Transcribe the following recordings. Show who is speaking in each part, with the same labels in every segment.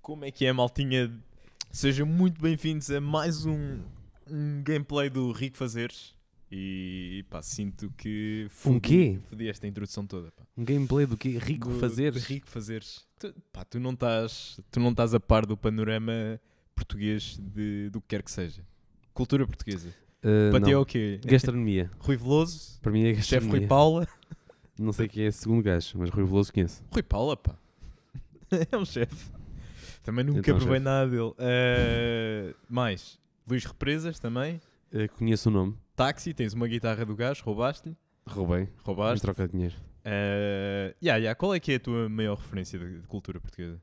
Speaker 1: Como é que é, maltinha? Sejam muito bem-vindos a mais um, um gameplay do Rico Fazeres. E pá, sinto que fodi,
Speaker 2: Um quê?
Speaker 1: fodi esta introdução toda. Pá.
Speaker 2: Um gameplay do quê? Rico
Speaker 1: Do-
Speaker 2: fazer?
Speaker 1: de Rico Fazeres. Tu, pá, tu não estás, tu não estás a par do panorama português de, do que quer que seja. Cultura portuguesa.
Speaker 2: Ah,
Speaker 1: Para ti é
Speaker 2: não.
Speaker 1: o quê?
Speaker 2: Gastronomia.
Speaker 1: Rui Veloso,
Speaker 2: Para mim é
Speaker 1: chefe
Speaker 2: gastronomia.
Speaker 1: Rui Paula.
Speaker 2: Não sei quem é esse segundo gajo, mas Rui Veloso conheço.
Speaker 1: Rui Paula, pá. É um chefe. Também nunca
Speaker 2: Então,
Speaker 1: provei
Speaker 2: chefe.
Speaker 1: nada dele. Eh, mais, Luís Represas também.
Speaker 2: Ah, conheço o nome.
Speaker 1: Táxi, tens uma guitarra do gajo, roubaste-lhe.
Speaker 2: Roubei. Mas
Speaker 1: Roubaste.
Speaker 2: troca de dinheiro.
Speaker 1: Eh, yeah, yeah. Qual é que é a tua maior referência de, de cultura portuguesa?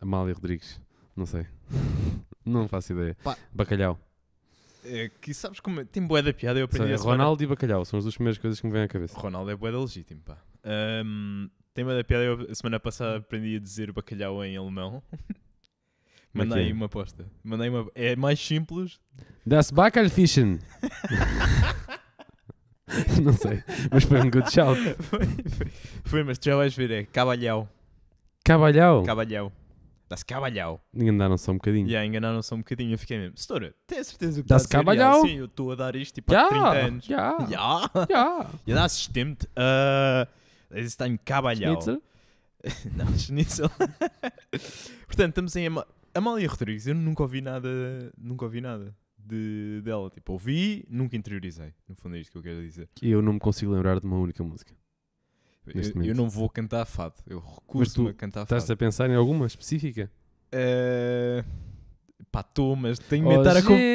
Speaker 2: Amália Rodrigues. Não sei. não faço ideia.
Speaker 1: Pá.
Speaker 2: Bacalhau.
Speaker 1: Eh, que sabes como. é- Tem boé da piada, eu aprendi
Speaker 2: Sei,
Speaker 1: a semana-
Speaker 2: Ronaldo e bacalhau são as duas primeiras coisas que me vêm à cabeça.
Speaker 1: Ronaldo é boé da legítimo, pá. Ahm, tem boé da piada, eu a semana passada aprendi a dizer bacalhau em alemão.
Speaker 2: Como é que
Speaker 1: Mandei
Speaker 2: é?
Speaker 1: uma aposta. Mandei uma. É mais simples.
Speaker 2: Das Bacalfischen. não sei. Mas foi um good shout.
Speaker 1: foi, foi, foi, mas tu já vais ver, é cabalhau.
Speaker 2: Cabalhau.
Speaker 1: Cabalhau. Das cabalhau.
Speaker 2: Enganaram só um bocadinho.
Speaker 1: E yeah, enganaram-se um bocadinho. Eu fiquei mesmo, Setora, tens certeza que
Speaker 2: Das
Speaker 1: estás a dizer?
Speaker 2: Cabalhau?
Speaker 1: Sim, eu estou a dar isto tipo há
Speaker 2: Já,
Speaker 1: 30 anos.
Speaker 2: já,
Speaker 1: Ja,
Speaker 2: já.
Speaker 1: ja, das stimmt. Äh, es ist ein Kabaljau.
Speaker 2: Schnitzel?
Speaker 1: Não, Schnitzel. Portanto, estamos em Ama Amália Rodrigues. Eu nunca ouvi nada, nunca ouvi nada de, dela. Tipo, ouvi, nunca interiorizei. No fundo é isto que eu quero dizer.
Speaker 2: Eu não me consigo lembrar de uma única música. Neste
Speaker 1: Eu,
Speaker 2: momento.
Speaker 1: eu não vou cantar fado. Eu recuso-me a cantar fado.
Speaker 2: Estás a pensar em alguma específica?
Speaker 1: Eh, Pá, estou, mas tenho medo de estar a... com-
Speaker 2: Estou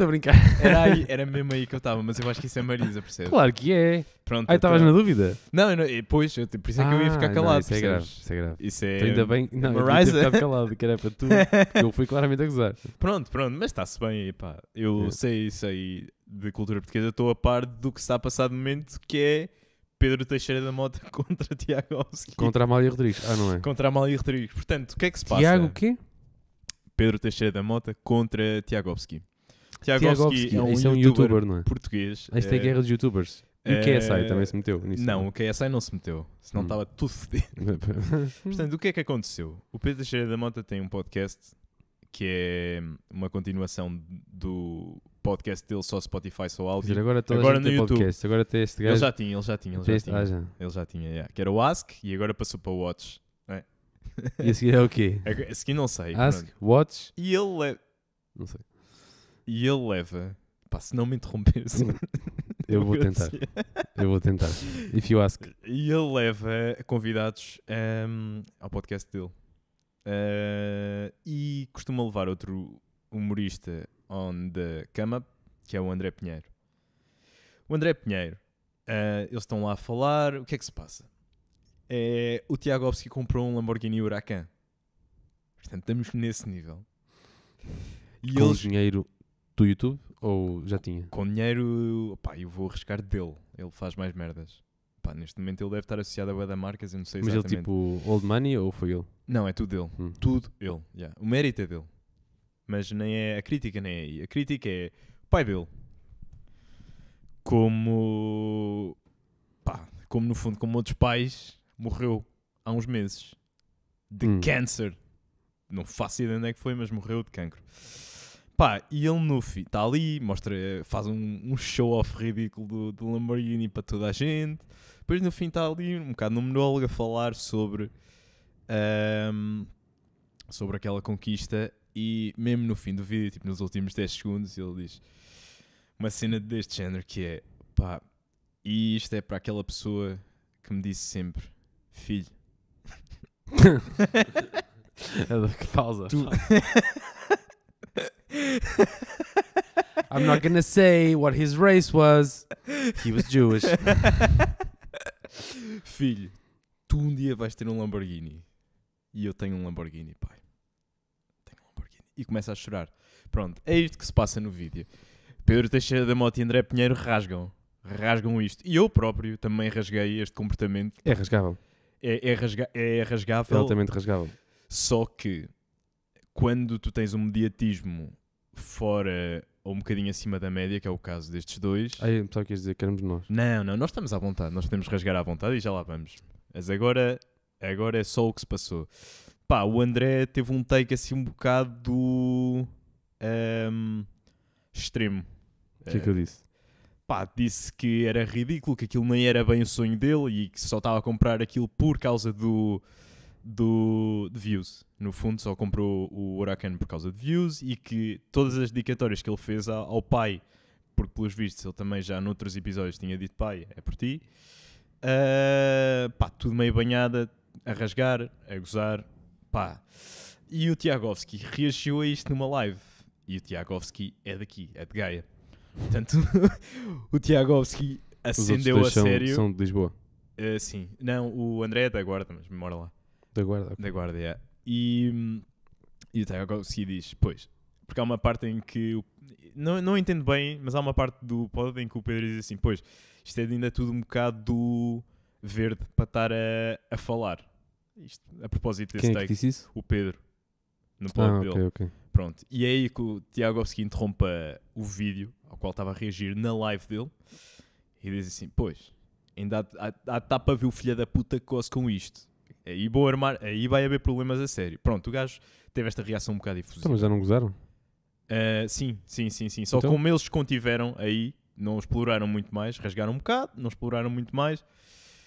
Speaker 2: Oh, a brincar.
Speaker 1: Era, aí, era mesmo aí que eu estava, mas eu acho que isso é Marisa, percebes?
Speaker 2: Claro que é.
Speaker 1: Pronto,
Speaker 2: Ai,
Speaker 1: eu tô-
Speaker 2: estavas na dúvida?
Speaker 1: Não, eu não, eh, pois, eu, por isso é Então tá. que eu ia
Speaker 2: Ah,
Speaker 1: ficar
Speaker 2: não,
Speaker 1: calado,
Speaker 2: isso é grave,
Speaker 1: percebes?
Speaker 2: isso é grave.
Speaker 1: Isso é...
Speaker 2: Então, ainda bem não, eu devia ter
Speaker 1: Marisa.
Speaker 2: ficado calado, que era para tu, porque eu fui claramente a gozar.
Speaker 1: Pronto, pronto, mas está-se bem, pá. Eu
Speaker 2: É.
Speaker 1: sei, sei de cultura portuguesa, estou a par do que está a passar de momento, que é Pedro Teixeira da Mota contra Tiago Alves
Speaker 2: Contra a Amália Rodrigues. Ah, não é?
Speaker 1: contra Amália Rodrigues. Portanto, o que é que se passa?
Speaker 2: Tiago, o quê?
Speaker 1: Pedro Teixeira da Mota contra Tiagovski.
Speaker 2: Tiagovski.
Speaker 1: é um,
Speaker 2: Isso é um
Speaker 1: youtuber,
Speaker 2: youtuber, não é?
Speaker 1: português.
Speaker 2: Isto é
Speaker 1: eh,
Speaker 2: guerra dos youtubers. E
Speaker 1: eh,
Speaker 2: o KSI também se meteu nisso? é?
Speaker 1: Não, o KSI não se meteu, senão
Speaker 2: Hum.
Speaker 1: estava tudo fodido. Portanto, o que é que aconteceu? O Pedro Teixeira da Mota tem um podcast que é uma continuação do podcast dele só Spotify, só
Speaker 2: Quer dizer,
Speaker 1: áudio.
Speaker 2: agora é toda
Speaker 1: Agora
Speaker 2: a gente
Speaker 1: no
Speaker 2: tem
Speaker 1: YouTube.
Speaker 2: podcast. Agora tem este
Speaker 1: Ele
Speaker 2: gajo.
Speaker 1: já tinha, ele já tinha, ele já
Speaker 2: tem este- Ah,
Speaker 1: tinha.
Speaker 2: já.
Speaker 1: Ele já tinha, yeah. que era o Ask e agora passou para o Watch. é?
Speaker 2: E a seguir é o quê?
Speaker 1: Agora- A seguir não sei.
Speaker 2: Ask,
Speaker 1: pronto.
Speaker 2: watch,
Speaker 1: E ele, le-
Speaker 2: não sei.
Speaker 1: e ele leva. Pá, se não me interromper, se-
Speaker 2: Eu vou tentar. Eu vou tentar. If you ask.
Speaker 1: E ele leva convidados ahm, ao podcast dele. Ah, e costuma levar outro humorista on the cama, que é o André Pinheiro. O André Pinheiro, ah, eles estão lá a falar, o que é que se passa? É, o Tiago Obski comprou um Lamborghini Huracan. Portanto, estamos nesse nível. E
Speaker 2: Com o
Speaker 1: eles,
Speaker 2: dinheiro do YouTube ou já tinha?
Speaker 1: com dinheiro, opá, eu vou arriscar dele. Ele faz mais merdas. Pá, neste momento ele deve estar associado a bué da marcas, eu não sei
Speaker 2: Mas ele
Speaker 1: exatamente.
Speaker 2: tipo old money ou foi ele?
Speaker 1: Não, é tudo dele.
Speaker 2: Hum.
Speaker 1: Tudo ele. yeah. O mérito é dele. Mas nem é a crítica, nem é aí. A crítica é o pai dele. Como. Pá, como no fundo, como outros pais, morreu há uns meses de
Speaker 2: Hum.
Speaker 1: câncer. Não faço ideia onde é que foi, mas morreu de cancro. Pá, e ele no fim está ali, mostra, faz um, um show-off ridículo do, do Lamborghini para toda a gente. Depois no fim está ali um bocado no monólogo a falar sobre ahm, sobre aquela conquista e mesmo no fim do vídeo, tipo nos últimos 10 segundos, ele diz uma cena deste género que é pá, e isto é para aquela pessoa que me disse sempre filho,
Speaker 2: É que pausa.
Speaker 1: Tu-
Speaker 2: I'm not gonna say what his race was. He was Jewish.
Speaker 1: filho, tu um dia vais ter um Lamborghini e eu tenho um Lamborghini, pai. Tenho um Lamborghini. E começa a chorar. Pronto, é isto que se passa no vídeo. Pedro Teixeira da Mota e André Pinheiro rasgam. Rasgam isto. E eu próprio também rasguei este comportamento.
Speaker 2: É rasgável.
Speaker 1: É, é, rasga é rasgável.
Speaker 2: Altamente rasgável.
Speaker 1: Só que quando tu tens um mediatismo fora ou um bocadinho acima da média, que é o caso destes dois.
Speaker 2: Ai, eu pensava que ias dizer que éramos nós.
Speaker 1: Não, não, nós estamos à vontade, nós podemos rasgar à vontade e já lá vamos. Mas agora, agora é só o que se passou. Pá, o André teve um take assim um bocado do, ehm, extremo.
Speaker 2: O que é que eu disse?
Speaker 1: Pá, disse que era ridículo, que aquilo nem era bem o sonho dele e que só estava a comprar aquilo por causa do, do de views. No fundo, só comprou o Huracan por causa de views e que todas as dedicatórias que ele fez ao, ao pai, porque pelos vistos ele também já noutros episódios tinha dito pai, é por ti. Ah, pá, tudo meio banhada, a rasgar, a gozar, pá. E o Tiagovski reagiu a isto numa live. E o Tiagovski é daqui, é de Gaia. Portanto, o Tiagovski
Speaker 2: Os outros
Speaker 1: acendeu
Speaker 2: dois
Speaker 1: a
Speaker 2: são,
Speaker 1: sério.
Speaker 2: São de Lisboa,
Speaker 1: Ah, sim, não, o André é da Guarda, mas mora lá.
Speaker 2: da Guarda.
Speaker 1: Da Guarda, é. E, hum, e o Tiagovski diz: Pois, porque há uma parte em que. o- não, não entendo bem, mas há uma parte do pod em que o Pedro diz assim: Pois, isto é ainda tudo um bocado do verde para estar a, a falar. Isto, a propósito desse
Speaker 2: Quem é que
Speaker 1: take,
Speaker 2: disse isso?
Speaker 1: o Pedro, no pod
Speaker 2: Ah,
Speaker 1: dele.
Speaker 2: ok, ok.
Speaker 1: Pronto, e é aí que o Tiagovski interrompe uh, o vídeo ao qual estava a reagir na live dele e diz assim: Pois, ainda há, há, há tapa viu filha da puta que cose com isto. Aí, vou armar, aí vai haver problemas a sério. Pronto, o gajo teve esta reação um bocado
Speaker 2: Então,
Speaker 1: difusa.
Speaker 2: mas já não gozaram?
Speaker 1: Ah, sim, sim, sim, sim. Só
Speaker 2: Então?
Speaker 1: como eles contiveram aí, não exploraram muito mais, rasgaram um bocado, não exploraram muito mais.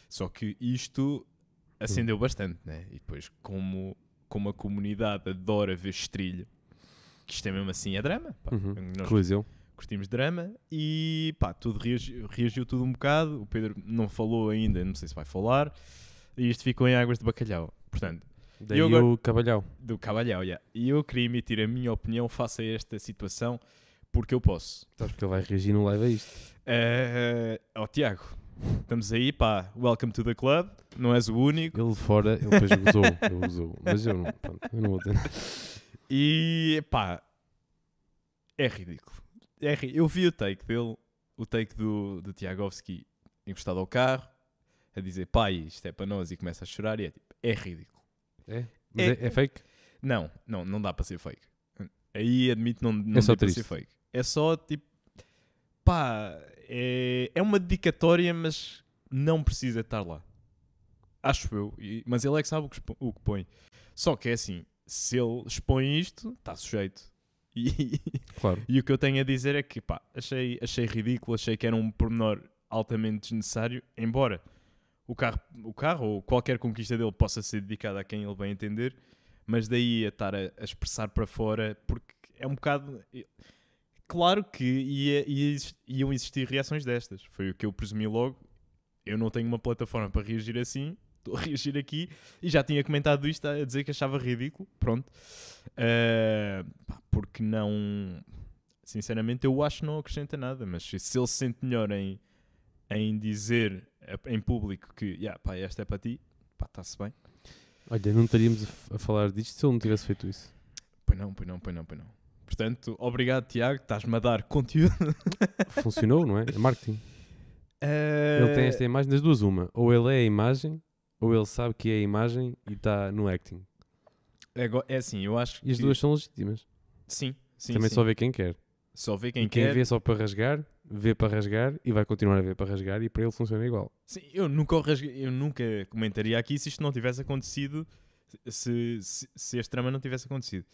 Speaker 1: Só que isto acendeu
Speaker 2: Hum.
Speaker 1: bastante, né? E depois, como, como a comunidade adora ver estrilho, que isto é mesmo assim, é drama. pá.
Speaker 2: Uhum.
Speaker 1: Nós
Speaker 2: Coliseu.
Speaker 1: curtimos drama e pá, tudo reagiu, reagiu tudo um bocado. O Pedro não falou ainda, não sei se vai falar. E isto ficou em águas de bacalhau. Portanto,
Speaker 2: Daí
Speaker 1: eu
Speaker 2: eu
Speaker 1: agora-
Speaker 2: o Cabalhau.
Speaker 1: do cabalhau, yeah. E eu queria emitir a minha opinião face a esta situação, porque eu posso.
Speaker 2: Sabes que ele vai reagir no live a isto.
Speaker 1: Eh, ó Tiago, estamos aí, pá, welcome to the club. Não és o único.
Speaker 2: Ele fora, ele depois gozou. Ele gozou. Mas eu não, pronto, eu não vou dizer. nada.
Speaker 1: E pá, é ridículo. É ri- Eu vi o take dele, o take do, do Tiagovski encostado ao carro, a dizer pai, isto é para nós, e começa a chorar, e é tipo, é ridículo.
Speaker 2: É? Mas é, é fake?
Speaker 1: Não, não, não dá para ser fake. Aí admito, não, não
Speaker 2: É só
Speaker 1: dá para ser
Speaker 2: triste.
Speaker 1: fake. É só tipo, pá, é, é uma dedicatória, mas não precisa estar lá. Acho eu, e- mas ele é que sabe o que, expo- o que põe. Só que é assim, se ele expõe isto, está sujeito. E,
Speaker 2: Claro.
Speaker 1: e o que eu tenho a dizer é que, pá, achei, achei ridículo, achei que era um pormenor altamente desnecessário, embora o carro, o carro ou qualquer conquista dele possa ser dedicada a quem ele bem entender, mas daí a estar a, a expressar para fora, porque é um bocado... Claro que ia- ia exis- iam existir reações destas, foi o que eu presumi logo. Eu não tenho uma plataforma para reagir assim, estou a reagir aqui, e já tinha comentado isto a dizer que achava ridículo, pronto. Eh, pá, porque não, sinceramente eu acho que não acrescenta nada, mas se se ele se sente melhor em, em dizer a- em público que "Ya, pá, esta é para ti, pá, está-se bem.
Speaker 2: Olha, não estaríamos a f- a, falar disto se ele não tivesse feito isso.
Speaker 1: Pois não, pois não, pois não, pois não. Portanto, obrigado Tiago, estás-me a dar conteúdo.
Speaker 2: Funcionou, não é? É marketing. Ele
Speaker 1: Eh,
Speaker 2: tem esta imagem das duas, uma. Ou ele é a imagem, ou ele sabe que é a imagem e está no acting.
Speaker 1: Eh, agora- É assim, eu acho
Speaker 2: E as
Speaker 1: que-
Speaker 2: duas são legítimas.
Speaker 1: Sim, sim,
Speaker 2: Também
Speaker 1: sim.
Speaker 2: só vê quem quer.
Speaker 1: Só vê quem,
Speaker 2: e quem
Speaker 1: quer.
Speaker 2: vê só para rasgar, vê para rasgar e vai continuar a ver para rasgar e para ele funciona igual.
Speaker 1: Sim, eu nunca, o rasguei- eu nunca comentaria aqui se isto não tivesse acontecido, se, se, se este drama não tivesse acontecido.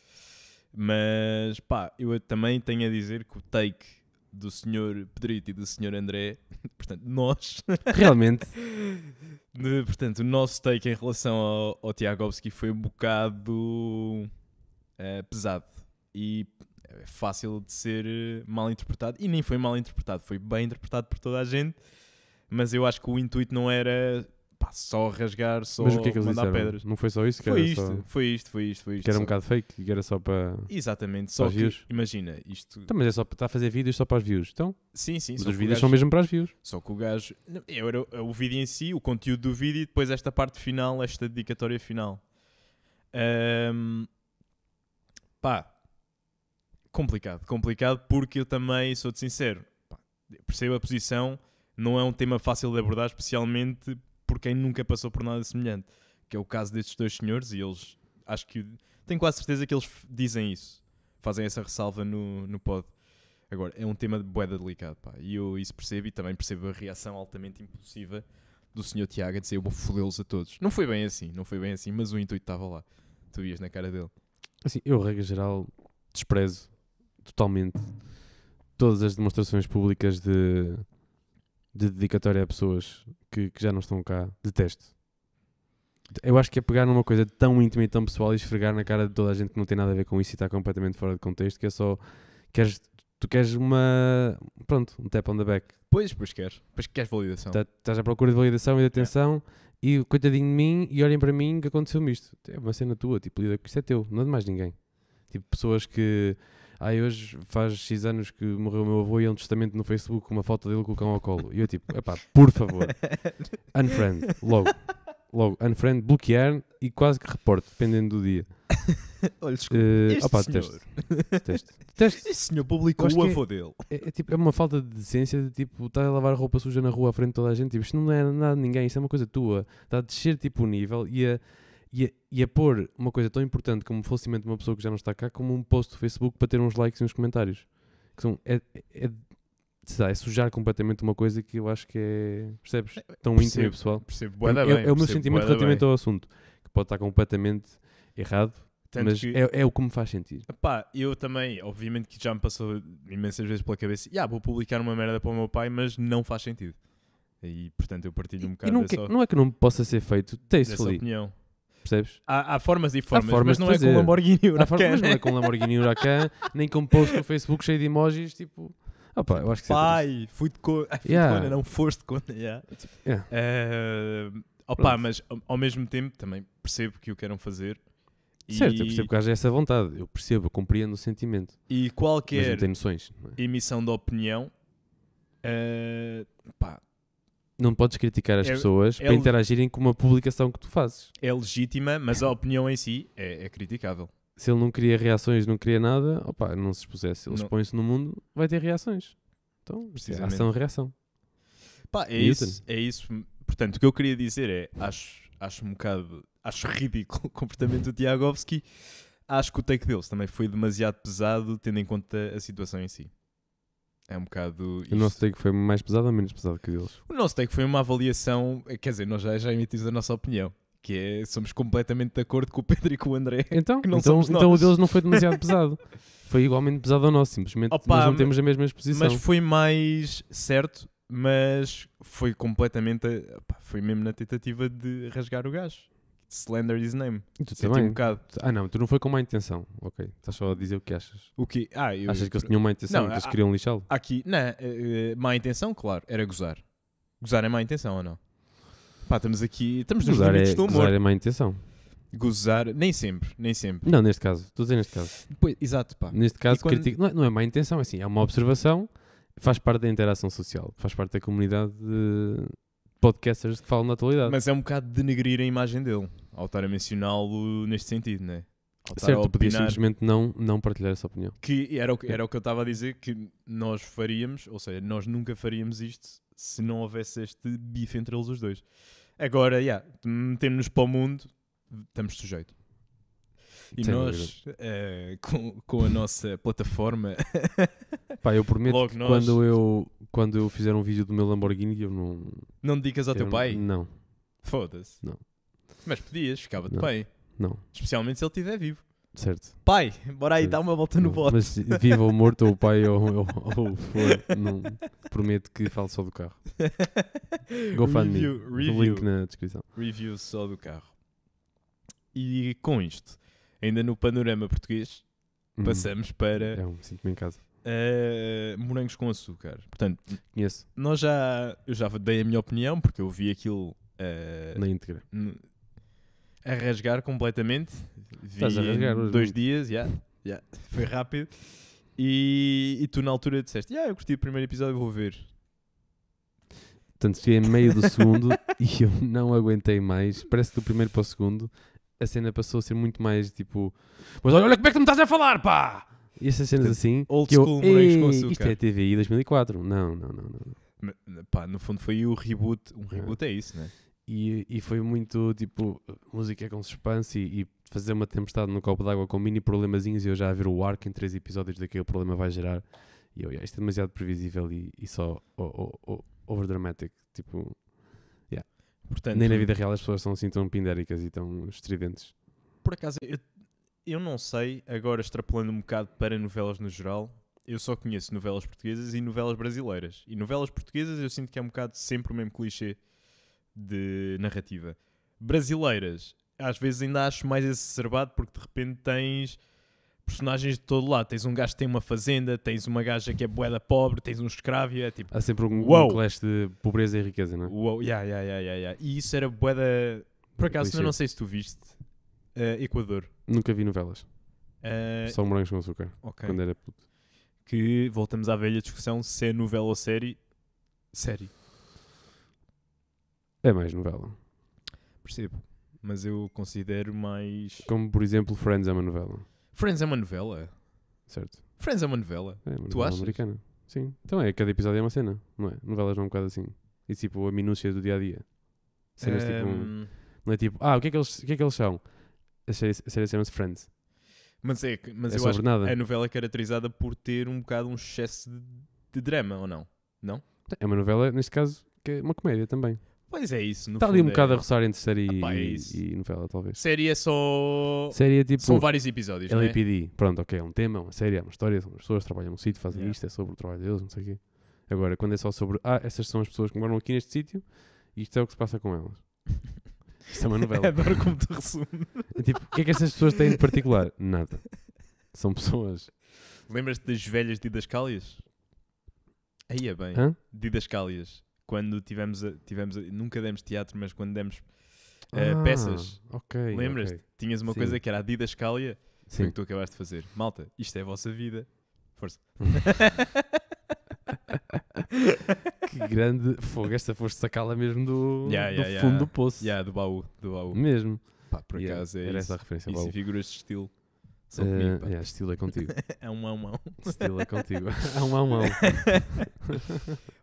Speaker 1: Mas pá, eu também tenho a dizer que o take do Sr. Pedrito e do Sr. André, portanto, nós,
Speaker 2: Realmente,
Speaker 1: de- portanto, o nosso take em relação ao, ao Tiagovski foi um bocado eh, pesado e é fácil de ser eh, mal interpretado. E nem foi mal interpretado, foi bem interpretado por toda a gente. Mas eu acho que o intuito não era pá, só rasgar, só
Speaker 2: mas o que é que eles
Speaker 1: mandar
Speaker 2: disseram?
Speaker 1: pedras.
Speaker 2: Não foi só isso? Que
Speaker 1: Foi
Speaker 2: era
Speaker 1: isto,
Speaker 2: só-
Speaker 1: foi isto, foi isto, foi isto.
Speaker 2: que era um
Speaker 1: só-
Speaker 2: bocado fake e que era só para.
Speaker 1: Exatamente, só
Speaker 2: os
Speaker 1: que,
Speaker 2: views.
Speaker 1: imagina, isto...
Speaker 2: Então, mas é só para estar a fazer vídeos só para as views. Então,
Speaker 1: Sim, sim,
Speaker 2: mas
Speaker 1: só que é
Speaker 2: os
Speaker 1: o
Speaker 2: vídeos
Speaker 1: gajo-
Speaker 2: são mesmo para as views.
Speaker 1: Só que o gajo. não, Eu era o- o vídeo em si, o conteúdo do vídeo e depois esta parte final, esta dedicatória final. Ahm, pá. Complicado, complicado, porque eu também sou-te sincero. pá, percebo a posição, não é um tema fácil de abordar, especialmente por quem nunca passou por nada semelhante. Que é o caso destes dois senhores e eles. Acho que. Tenho quase certeza que eles f- dizem isso. Fazem essa ressalva no, no pod. Agora, é um tema de boeda delicado, pá. E eu isso percebo e também percebo a reação altamente impulsiva do Sr. Tiago a dizer eu vou fodê-los a todos. Não foi bem assim, não foi bem assim, mas o intuito estava lá. tu vias na cara dele.
Speaker 2: Assim, eu, regra geral, desprezo totalmente todas as demonstrações públicas de, de dedicatória a pessoas que, que já não estão cá. Detesto. Eu acho que é pegar numa coisa tão íntima e tão pessoal e esfregar na cara de toda a gente que não tem nada a ver com isso e está completamente fora de contexto, que é só. Queres, tu queres uma. Pronto, um tap on the back.
Speaker 1: Pois, pois queres. Pois queres validação.
Speaker 2: Tá- Estás à procura de validação e de atenção e coitadinho de mim e olhem para mim que aconteceu-me isto. É uma cena tua, tipo, lida com isto é teu, não é de mais ninguém. Tipo, pessoas que. Ai, hoje faz X anos que morreu o meu avô e é um testamento no Facebook com uma foto dele com o cão ao colo. E eu, tipo, epá, por favor, unfriend, logo. Logo, unfriend, bloquear e quase que reporte, dependendo do dia.
Speaker 1: Olha, desculpa.
Speaker 2: Eh,
Speaker 1: Este
Speaker 2: opá,
Speaker 1: senhor.
Speaker 2: detesto, detesto. Detesto.
Speaker 1: Este senhor publicou
Speaker 2: Eu acho
Speaker 1: o
Speaker 2: que é-
Speaker 1: avô dele.
Speaker 2: É, é tipo, é uma falta de decência de tipo, estar a lavar roupa suja na rua à frente de toda a gente. Tipo, isto não é nada de ninguém, isto é uma coisa tua. Está a descer tipo o nível e a, e, a, e a pôr uma coisa tão importante como o falecimento de uma pessoa que já não está cá, como um post do Facebook para ter uns likes e uns comentários. Que são, é, é, é, sei lá, é sujar completamente uma coisa que eu acho que é, percebes? Tão íntima e
Speaker 1: percebo.
Speaker 2: pessoal.
Speaker 1: Percebo,
Speaker 2: É,
Speaker 1: bué da
Speaker 2: é-
Speaker 1: bem.
Speaker 2: é o meu
Speaker 1: percebo,
Speaker 2: sentimento
Speaker 1: bué da
Speaker 2: relativamente
Speaker 1: bem.
Speaker 2: ao assunto, que pode estar completamente errado,
Speaker 1: Tanto
Speaker 2: mas
Speaker 1: que-
Speaker 2: é, é o que me faz sentir.
Speaker 1: Pá, eu também, obviamente que já me passou imensas vezes pela cabeça, yeah, vou publicar uma merda para o meu pai, mas não faz sentido. E portanto eu partilho um
Speaker 2: E
Speaker 1: bocado
Speaker 2: não,
Speaker 1: dessa,
Speaker 2: que- não é que não possa ser feito
Speaker 1: dessa
Speaker 2: tastefully,
Speaker 1: opinião.
Speaker 2: percebes?
Speaker 1: Há, há formas e formas,
Speaker 2: formas
Speaker 1: mas
Speaker 2: de
Speaker 1: não é com
Speaker 2: fazer.
Speaker 1: Lamborghini e
Speaker 2: Há forma-
Speaker 1: Huracan.
Speaker 2: mas não é com Lamborghini Huracan, nem com post no Facebook cheio de emojis, tipo. Ah pá, eu acho que isso é triste.
Speaker 1: Pai, fui de cor. Ai, fui de
Speaker 2: Yeah.
Speaker 1: cona, não foste de cona. Yeah.
Speaker 2: yeah.
Speaker 1: Eh, opa,
Speaker 2: Pronto.
Speaker 1: mas ao- ao mesmo tempo também percebo que o queiram fazer. E,
Speaker 2: Certo, eu percebo que haja essa vontade, eu percebo, eu compreendo o sentimento,
Speaker 1: e
Speaker 2: mas não
Speaker 1: qualquer
Speaker 2: tem noções. Não, é?
Speaker 1: emissão de opinião, eh, pá,
Speaker 2: Não podes criticar as
Speaker 1: É-
Speaker 2: pessoas
Speaker 1: é
Speaker 2: para
Speaker 1: le-
Speaker 2: interagirem com uma publicação que tu fazes.
Speaker 1: é legítima, mas a opinião em si é- é criticável.
Speaker 2: Se ele não queria reações, não queria nada, opá, não se expusesse. Ele
Speaker 1: Não.
Speaker 2: expõe-se no mundo, vai ter reações. Então, é
Speaker 1: Precisamente.
Speaker 2: ação-reação.
Speaker 1: Pá, é
Speaker 2: Newton.
Speaker 1: isso, é isso. Portanto, o que eu queria dizer é, acho, acho um bocado, acho ridículo o comportamento do Tiagovski. Acho que o take deles também foi demasiado pesado, tendo em conta a situação em si. É um bocado
Speaker 2: O
Speaker 1: isto.
Speaker 2: nosso take foi mais pesado ou menos pesado que o deles?
Speaker 1: O nosso take foi uma avaliação, eh, quer dizer, nós já, já emitimos a nossa opinião, que é, somos completamente de acordo com o Pedro e com o André.
Speaker 2: Então,
Speaker 1: Que não
Speaker 2: então,
Speaker 1: somos
Speaker 2: então o
Speaker 1: nós.
Speaker 2: deles não foi demasiado pesado. Foi igualmente pesado ao nosso, simplesmente
Speaker 1: Opa,
Speaker 2: nós não
Speaker 1: mas-
Speaker 2: temos a mesma exposição.
Speaker 1: Mas foi mais certo, mas foi completamente, a- pá, foi mesmo na tentativa de rasgar o gajo. Slender his name.
Speaker 2: E tu
Speaker 1: Senti um
Speaker 2: também.
Speaker 1: bocado.
Speaker 2: Ah, não, tu não foi com má intenção. Ok, estás só a dizer o que achas.
Speaker 1: O quê? Ah, eu...
Speaker 2: Achas que eles tinham má intenção,
Speaker 1: Não, ah,
Speaker 2: que eles
Speaker 1: há-
Speaker 2: queriam lixá-lo?
Speaker 1: Aqui, não, eh, eh, má intenção, claro, era gozar. Gozar é má intenção ou não? Pá, estamos aqui, estamos nos
Speaker 2: Gozar
Speaker 1: limites
Speaker 2: é,
Speaker 1: do humor.
Speaker 2: gozar
Speaker 1: Gozar,
Speaker 2: é má intenção.
Speaker 1: nem sempre, nem sempre.
Speaker 2: Não, neste caso, estou a dizer neste caso.
Speaker 1: Depois, exato, pá.
Speaker 2: Neste caso,
Speaker 1: quando-
Speaker 2: critico- não, é, não é má intenção, é assim, é uma observação, faz parte da interação social, faz parte da comunidade de podcasters que falam na atualidade.
Speaker 1: Mas é um bocado denegrir a imagem dele, ao estar a mencioná-lo neste sentido, né? Ao estar a
Speaker 2: certo, podias
Speaker 1: opinar
Speaker 2: simplesmente não, não partilhar essa opinião.
Speaker 1: que era o que, era o que eu estava a dizer, que nós faríamos, ou seja, nós nunca faríamos isto se não houvesse este bife entre eles os dois. Agora, yeah, metemos-nos para o mundo, estamos sujeito. E
Speaker 2: Sem
Speaker 1: nós, eh, com, com a nossa plataforma,
Speaker 2: Pá, eu prometo
Speaker 1: Logo
Speaker 2: que
Speaker 1: nós-
Speaker 2: quando, eu, quando eu fizer um vídeo do meu Lamborghini, eu não.
Speaker 1: não dedicas ao
Speaker 2: eu
Speaker 1: teu
Speaker 2: não-
Speaker 1: pai?
Speaker 2: Não,
Speaker 1: Foda-se.
Speaker 2: Não.
Speaker 1: Mas podias, ficava-te
Speaker 2: Não.
Speaker 1: bem.
Speaker 2: não,
Speaker 1: Especialmente se ele estiver vivo.
Speaker 2: certo.
Speaker 1: Pai, bora aí
Speaker 2: Pois.
Speaker 1: dar uma volta no
Speaker 2: Não,
Speaker 1: bote.
Speaker 2: Mas viva ou morto, ou o pai ou ou- ou o que for, não, prometo que falo só do carro. GoFundMe.
Speaker 1: Review,
Speaker 2: O
Speaker 1: review.
Speaker 2: link na descrição.
Speaker 1: review só do carro. E com isto, ainda no panorama português,
Speaker 2: Hum,
Speaker 1: passamos para
Speaker 2: É um sinto-me em casa.
Speaker 1: eh, morangos com açúcar. Portanto,
Speaker 2: Conheço,
Speaker 1: nós já, eu já dei a minha opinião, porque eu vi aquilo eh,
Speaker 2: na íntegra.
Speaker 1: n- a rasgar completamente. Vi
Speaker 2: Estás a rasgar
Speaker 1: em
Speaker 2: hoje
Speaker 1: dois
Speaker 2: muito.
Speaker 1: dias, já. já, Foi rápido. E, e tu na altura disseste, ah, eu curti o primeiro episódio, vou ver.
Speaker 2: Portanto, cheguei em meio do segundo e eu não aguentei mais. Parece que do primeiro para o segundo a cena passou a ser muito mais tipo. Mas olha, olha como é que tu me estás a falar, pá! E essas cenas
Speaker 1: Portanto,
Speaker 2: assim.
Speaker 1: old
Speaker 2: que eu,
Speaker 1: school morangos com
Speaker 2: "Ei, Isto
Speaker 1: açúcar."
Speaker 2: é TVI 2004. Não, não, não. não.
Speaker 1: Ma- Pá, no fundo foi o reboot. Um reboot é isso, né?
Speaker 2: E, e foi muito tipo música com suspense e, e fazer uma tempestade no copo d'água com mini problemazinhos e eu já a ver o arco em três episódios daquele problema vai gerar. E eu, "Yeah, isto é demasiado previsível e, e só o- o- o- overdramatic. Tipo,
Speaker 1: Portanto,
Speaker 2: nem na vida real as pessoas são assim tão pindéricas e tão estridentes.
Speaker 1: por acaso, eu, eu não sei, agora extrapolando um bocado para novelas no geral, eu só conheço novelas portuguesas e novelas brasileiras. E novelas portuguesas eu sinto que é um bocado sempre o mesmo clichê de narrativa. Brasileiras, às vezes ainda acho mais exacerbado porque de repente tens personagens de todo lado. Tens um gajo que tem uma fazenda, tens uma gaja que é boeda pobre, tens um escravo e é tipo...
Speaker 2: Há sempre um, um
Speaker 1: Uou!
Speaker 2: clash de pobreza e riqueza, não é?
Speaker 1: Uou, yeah, yeah, yeah, yeah, yeah. E isso era boeda... Por acaso, eu
Speaker 2: Clichê.
Speaker 1: não sei se tu viste, eh, Equador.
Speaker 2: Nunca vi novelas.
Speaker 1: Eh,
Speaker 2: Só morangos com açúcar.
Speaker 1: ok.
Speaker 2: Quando era puto.
Speaker 1: que voltamos à velha discussão se é novela ou série. Série.
Speaker 2: É mais novela.
Speaker 1: Percebo. Mas eu considero mais.
Speaker 2: Como, por exemplo, Friends é uma novela.
Speaker 1: Friends é uma novela.
Speaker 2: Certo?
Speaker 1: Friends é uma novela.
Speaker 2: É uma
Speaker 1: Tu
Speaker 2: novela
Speaker 1: achas?
Speaker 2: americana. Sim. Então é, cada episódio é uma cena, não é? Novelas não é um bocado assim. E tipo, a minúcia do dia a dia. Cenas tipo. um-
Speaker 1: Ahm,
Speaker 2: Não é tipo, ah, o que é que eles, o que é que eles são? A série, a série chama-se Friends.
Speaker 1: Mas, é, que- mas
Speaker 2: é
Speaker 1: eu
Speaker 2: sobre
Speaker 1: acho
Speaker 2: nada.
Speaker 1: que a novela é caracterizada por ter um bocado um excesso de, de drama, ou não?
Speaker 2: É uma novela, neste caso, que é uma comédia também.
Speaker 1: Pois é isso. No
Speaker 2: Está ali um
Speaker 1: fundo é-
Speaker 2: bocado a roçar entre série
Speaker 1: Ah, pá, é
Speaker 2: e,
Speaker 1: isso.
Speaker 2: e novela, talvez.
Speaker 1: Série é só.
Speaker 2: Série é tipo.
Speaker 1: São vários episódios, não é?
Speaker 2: LAPD. Pronto, ok, é um tema, é uma série, é uma história, são pessoas, trabalham num sítio, fazem
Speaker 1: Yeah.
Speaker 2: isto, é sobre o trabalho deles, não sei o quê. Agora, quando é só sobre, ah, estas são as pessoas que moram aqui neste sítio e isto é o que se passa com elas. Isto é uma novela.
Speaker 1: Adoro como tu resumes.
Speaker 2: É tipo, o que é que estas pessoas têm de particular? Nada. São pessoas.
Speaker 1: Lembras-te das velhas didascálias? Aí é bem.
Speaker 2: Hã?
Speaker 1: didascálias. Quando tivemos, a- tivemos a- nunca demos teatro, mas quando demos, Eh, peças.
Speaker 2: Ah, Ok.
Speaker 1: lembras-te?
Speaker 2: ok.
Speaker 1: Tinhas uma
Speaker 2: Sim.
Speaker 1: coisa que era a didascália, foi o
Speaker 2: Sim.
Speaker 1: que tu acabaste de fazer. Malta, isto é a vossa vida. Força.
Speaker 2: Que grande fogo. Esta foste sacá-la mesmo do,
Speaker 1: Yeah,
Speaker 2: do
Speaker 1: yeah, yeah.
Speaker 2: fundo do poço.
Speaker 1: Yeah, do baú, do baú.
Speaker 2: Mesmo.
Speaker 1: Pá, por
Speaker 2: Yeah,
Speaker 1: acaso é
Speaker 2: Era
Speaker 1: isso.
Speaker 2: essa a referência.
Speaker 1: Isso
Speaker 2: Paulo.
Speaker 1: e figuras de estilo. São
Speaker 2: Eh,
Speaker 1: comigo, pá.
Speaker 2: yeah, estilo é contigo.
Speaker 1: É um, é um, é um.
Speaker 2: estilo é contigo. Há um, há um, há um.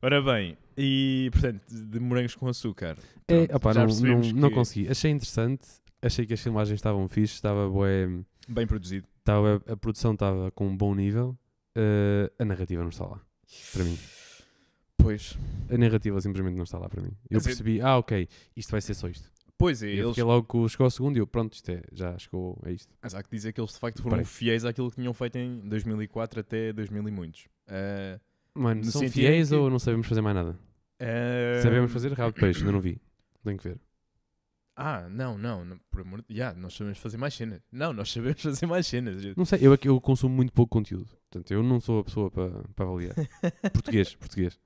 Speaker 1: Ora bem, e portanto, de morangos com açúcar.
Speaker 2: É,
Speaker 1: Pronto,
Speaker 2: opá,
Speaker 1: já
Speaker 2: não, não,
Speaker 1: percebemos
Speaker 2: não
Speaker 1: que-
Speaker 2: consegui. Achei interessante, achei que as filmagens estavam fixe, estava bué,
Speaker 1: Bem produzido.
Speaker 2: estava, a produção estava com um bom nível, eh, a narrativa não está lá, para mim.
Speaker 1: Pois.
Speaker 2: A narrativa simplesmente não está lá para mim. Eu
Speaker 1: Mas é-
Speaker 2: percebi, ah ok, isto vai ser só isto.
Speaker 1: Pois é,
Speaker 2: E eu
Speaker 1: eles.
Speaker 2: fiquei logo, com- chegou ao segundo e eu, pronto, isto é, já chegou a isto.
Speaker 1: Mas há que dizer que eles de facto foram
Speaker 2: Parei.
Speaker 1: fiéis àquilo que tinham feito em 2004 até 2000 e muitos. Ah,
Speaker 2: Mano,
Speaker 1: No
Speaker 2: são
Speaker 1: sentido
Speaker 2: fiéis
Speaker 1: em que-
Speaker 2: ou não sabemos fazer mais nada?
Speaker 1: ah,
Speaker 2: Sabemos fazer rabo de peixe, ainda não vi. Tenho que ver.
Speaker 1: Ah, não, não, não, por amor de yeah, nós sabemos fazer mais cenas. Não, nós sabemos fazer mais cenas.
Speaker 2: Não sei, eu é que eu consumo muito pouco conteúdo. Portanto, eu não sou a pessoa para, para avaliar. português, português.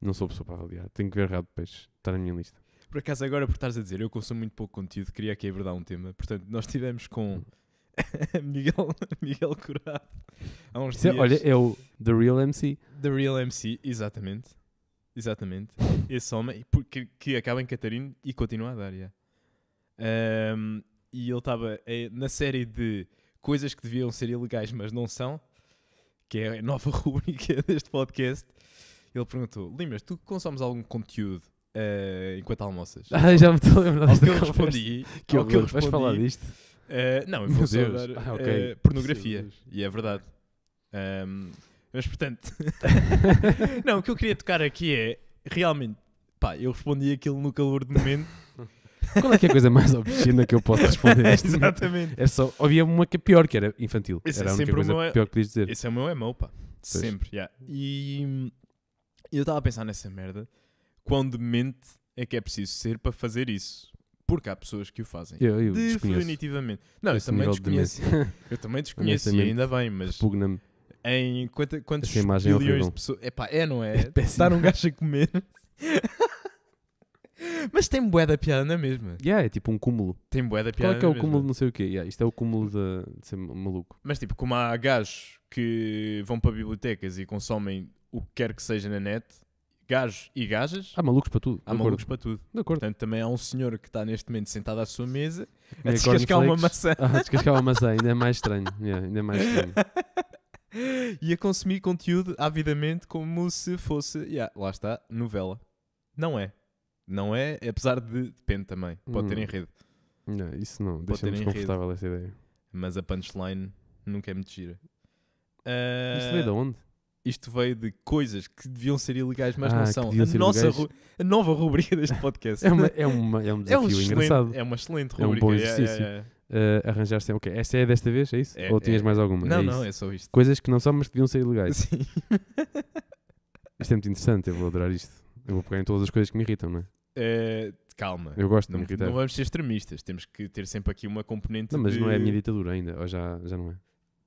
Speaker 2: Não sou a pessoa para avaliar. Tenho que ver rabo de peixe. Está na minha lista.
Speaker 1: Por acaso, agora por estares a dizer, eu consumo muito pouco conteúdo, queria aqui abordar um tema. Portanto, nós tivemos com
Speaker 2: Hum.
Speaker 1: Miguel, Miguel Curado há uns
Speaker 2: Isso é-
Speaker 1: dias.
Speaker 2: olha, é o The Real MC.
Speaker 1: The Real MC, exatamente. Exatamente. Esse homem por- que, que acaba em Catarino e continua a dar, yeah. Ahm, E ele estava eh, na série de coisas que deviam ser ilegais, mas não são, que é a nova rubrica deste podcast. Ele perguntou: Limas, tu consomes algum conteúdo eh, enquanto almoças?
Speaker 2: Ah, já me estou a lembrar
Speaker 1: Ao
Speaker 2: desta
Speaker 1: que eu
Speaker 2: conversa.
Speaker 1: respondi,
Speaker 2: Que
Speaker 1: ao que eu
Speaker 2: horror. Vais falar
Speaker 1: respondi,
Speaker 2: disto?
Speaker 1: eh, não, eu
Speaker 2: Meu
Speaker 1: vou só
Speaker 2: Deus.
Speaker 1: dar
Speaker 2: Ah, ok.
Speaker 1: eh, pornografia.
Speaker 2: Meu Deus.
Speaker 1: E é verdade. Ahm, mas portanto. não, o que eu queria tocar aqui é realmente. Pá, eu respondi aquilo no calor do momento.
Speaker 2: Qual é que é a coisa mais obscena que eu posso responder a isto?
Speaker 1: Exatamente.
Speaker 2: É só, havia uma que é pior, que era infantil.
Speaker 1: Isso é
Speaker 2: era a única
Speaker 1: sempre
Speaker 2: coisa
Speaker 1: uma-
Speaker 2: pior que podias dizer.
Speaker 1: Esse é o meu MO, pá. Sempre, yeah. E hum, eu estava a pensar nessa merda. Quão demente é que é preciso ser para fazer isso? Porque há pessoas que o fazem.
Speaker 2: Eu, eu desconheço.
Speaker 1: Definitivamente. Não, eu
Speaker 2: esse
Speaker 1: também
Speaker 2: nível de
Speaker 1: desconheço.
Speaker 2: demência.
Speaker 1: Eu também desconheço e
Speaker 2: Honestamente,
Speaker 1: ainda bem, mas
Speaker 2: Repugna-me.
Speaker 1: em quanta, quantos
Speaker 2: Essa imagem é
Speaker 1: bilhões
Speaker 2: horrível.
Speaker 1: de pessoas. É pá, é, não é?
Speaker 2: É péssimo.
Speaker 1: Estar um gajo a comer. Mas tem bué da piada na mesma.
Speaker 2: Yeah, é tipo um cúmulo.
Speaker 1: Tem bué da
Speaker 2: Qual
Speaker 1: piada
Speaker 2: é que é
Speaker 1: na
Speaker 2: o
Speaker 1: mesma.
Speaker 2: cúmulo de não sei o quê? Yeah, isto é o cúmulo de, de ser maluco.
Speaker 1: Mas tipo, como há gajos que vão para bibliotecas e consomem o que quer que seja na net, gajos e gajas,
Speaker 2: Há malucos para tudo.
Speaker 1: há
Speaker 2: Ah, de acordo.
Speaker 1: malucos para tudo.
Speaker 2: De acordo.
Speaker 1: Portanto, também há um senhor que está neste momento sentado à sua mesa a
Speaker 2: Comer
Speaker 1: descascar uma
Speaker 2: cornflakes.
Speaker 1: maçã
Speaker 2: Ah, descascar uma maçã, ainda é mais estranho. Yeah, ainda é mais estranho.
Speaker 1: e a consumir conteúdo avidamente como se fosse, yeah, lá está, novela. Não é. Não é, apesar de, depende também, pode ter
Speaker 2: Hum.
Speaker 1: enredo.
Speaker 2: Não, isso não,
Speaker 1: Pode ter
Speaker 2: deixa-me
Speaker 1: enredo.
Speaker 2: desconfortável essa ideia.
Speaker 1: mas a punchline nunca é muito gira. Ah, Eh,
Speaker 2: Isto veio de onde?
Speaker 1: isto veio de coisas que deviam ser ilegais, mas
Speaker 2: Ah,
Speaker 1: não
Speaker 2: que
Speaker 1: são.
Speaker 2: deviam
Speaker 1: A,
Speaker 2: ser
Speaker 1: nossa
Speaker 2: ilegais.
Speaker 1: ru- a nova rubrica deste podcast.
Speaker 2: É, uma, é, uma, é um
Speaker 1: É um
Speaker 2: desafio
Speaker 1: excelente,
Speaker 2: engraçado.
Speaker 1: é uma excelente
Speaker 2: É um
Speaker 1: rubrica.
Speaker 2: bom
Speaker 1: yeah, yeah,
Speaker 2: exercício.
Speaker 1: yeah.
Speaker 2: uh, arranjar sempre. Ok, esta é desta vez, é isso?
Speaker 1: É-
Speaker 2: Ou tinhas
Speaker 1: é-
Speaker 2: mais alguma?
Speaker 1: Não,
Speaker 2: É
Speaker 1: não,
Speaker 2: isso.
Speaker 1: é só isto.
Speaker 2: Coisas que não são, mas que deviam ser ilegais.
Speaker 1: Sim.
Speaker 2: Isto é muito interessante, eu vou adorar isto. Eu vou pegar em todas as coisas que me irritam, não é?
Speaker 1: Eh, calma.
Speaker 2: Eu gosto de
Speaker 1: Não, é
Speaker 2: me irritar.
Speaker 1: não vamos ser extremistas, temos que ter sempre aqui uma componente.
Speaker 2: Não, mas
Speaker 1: de...
Speaker 2: não é a minha ditadura ainda, ou já, já não é?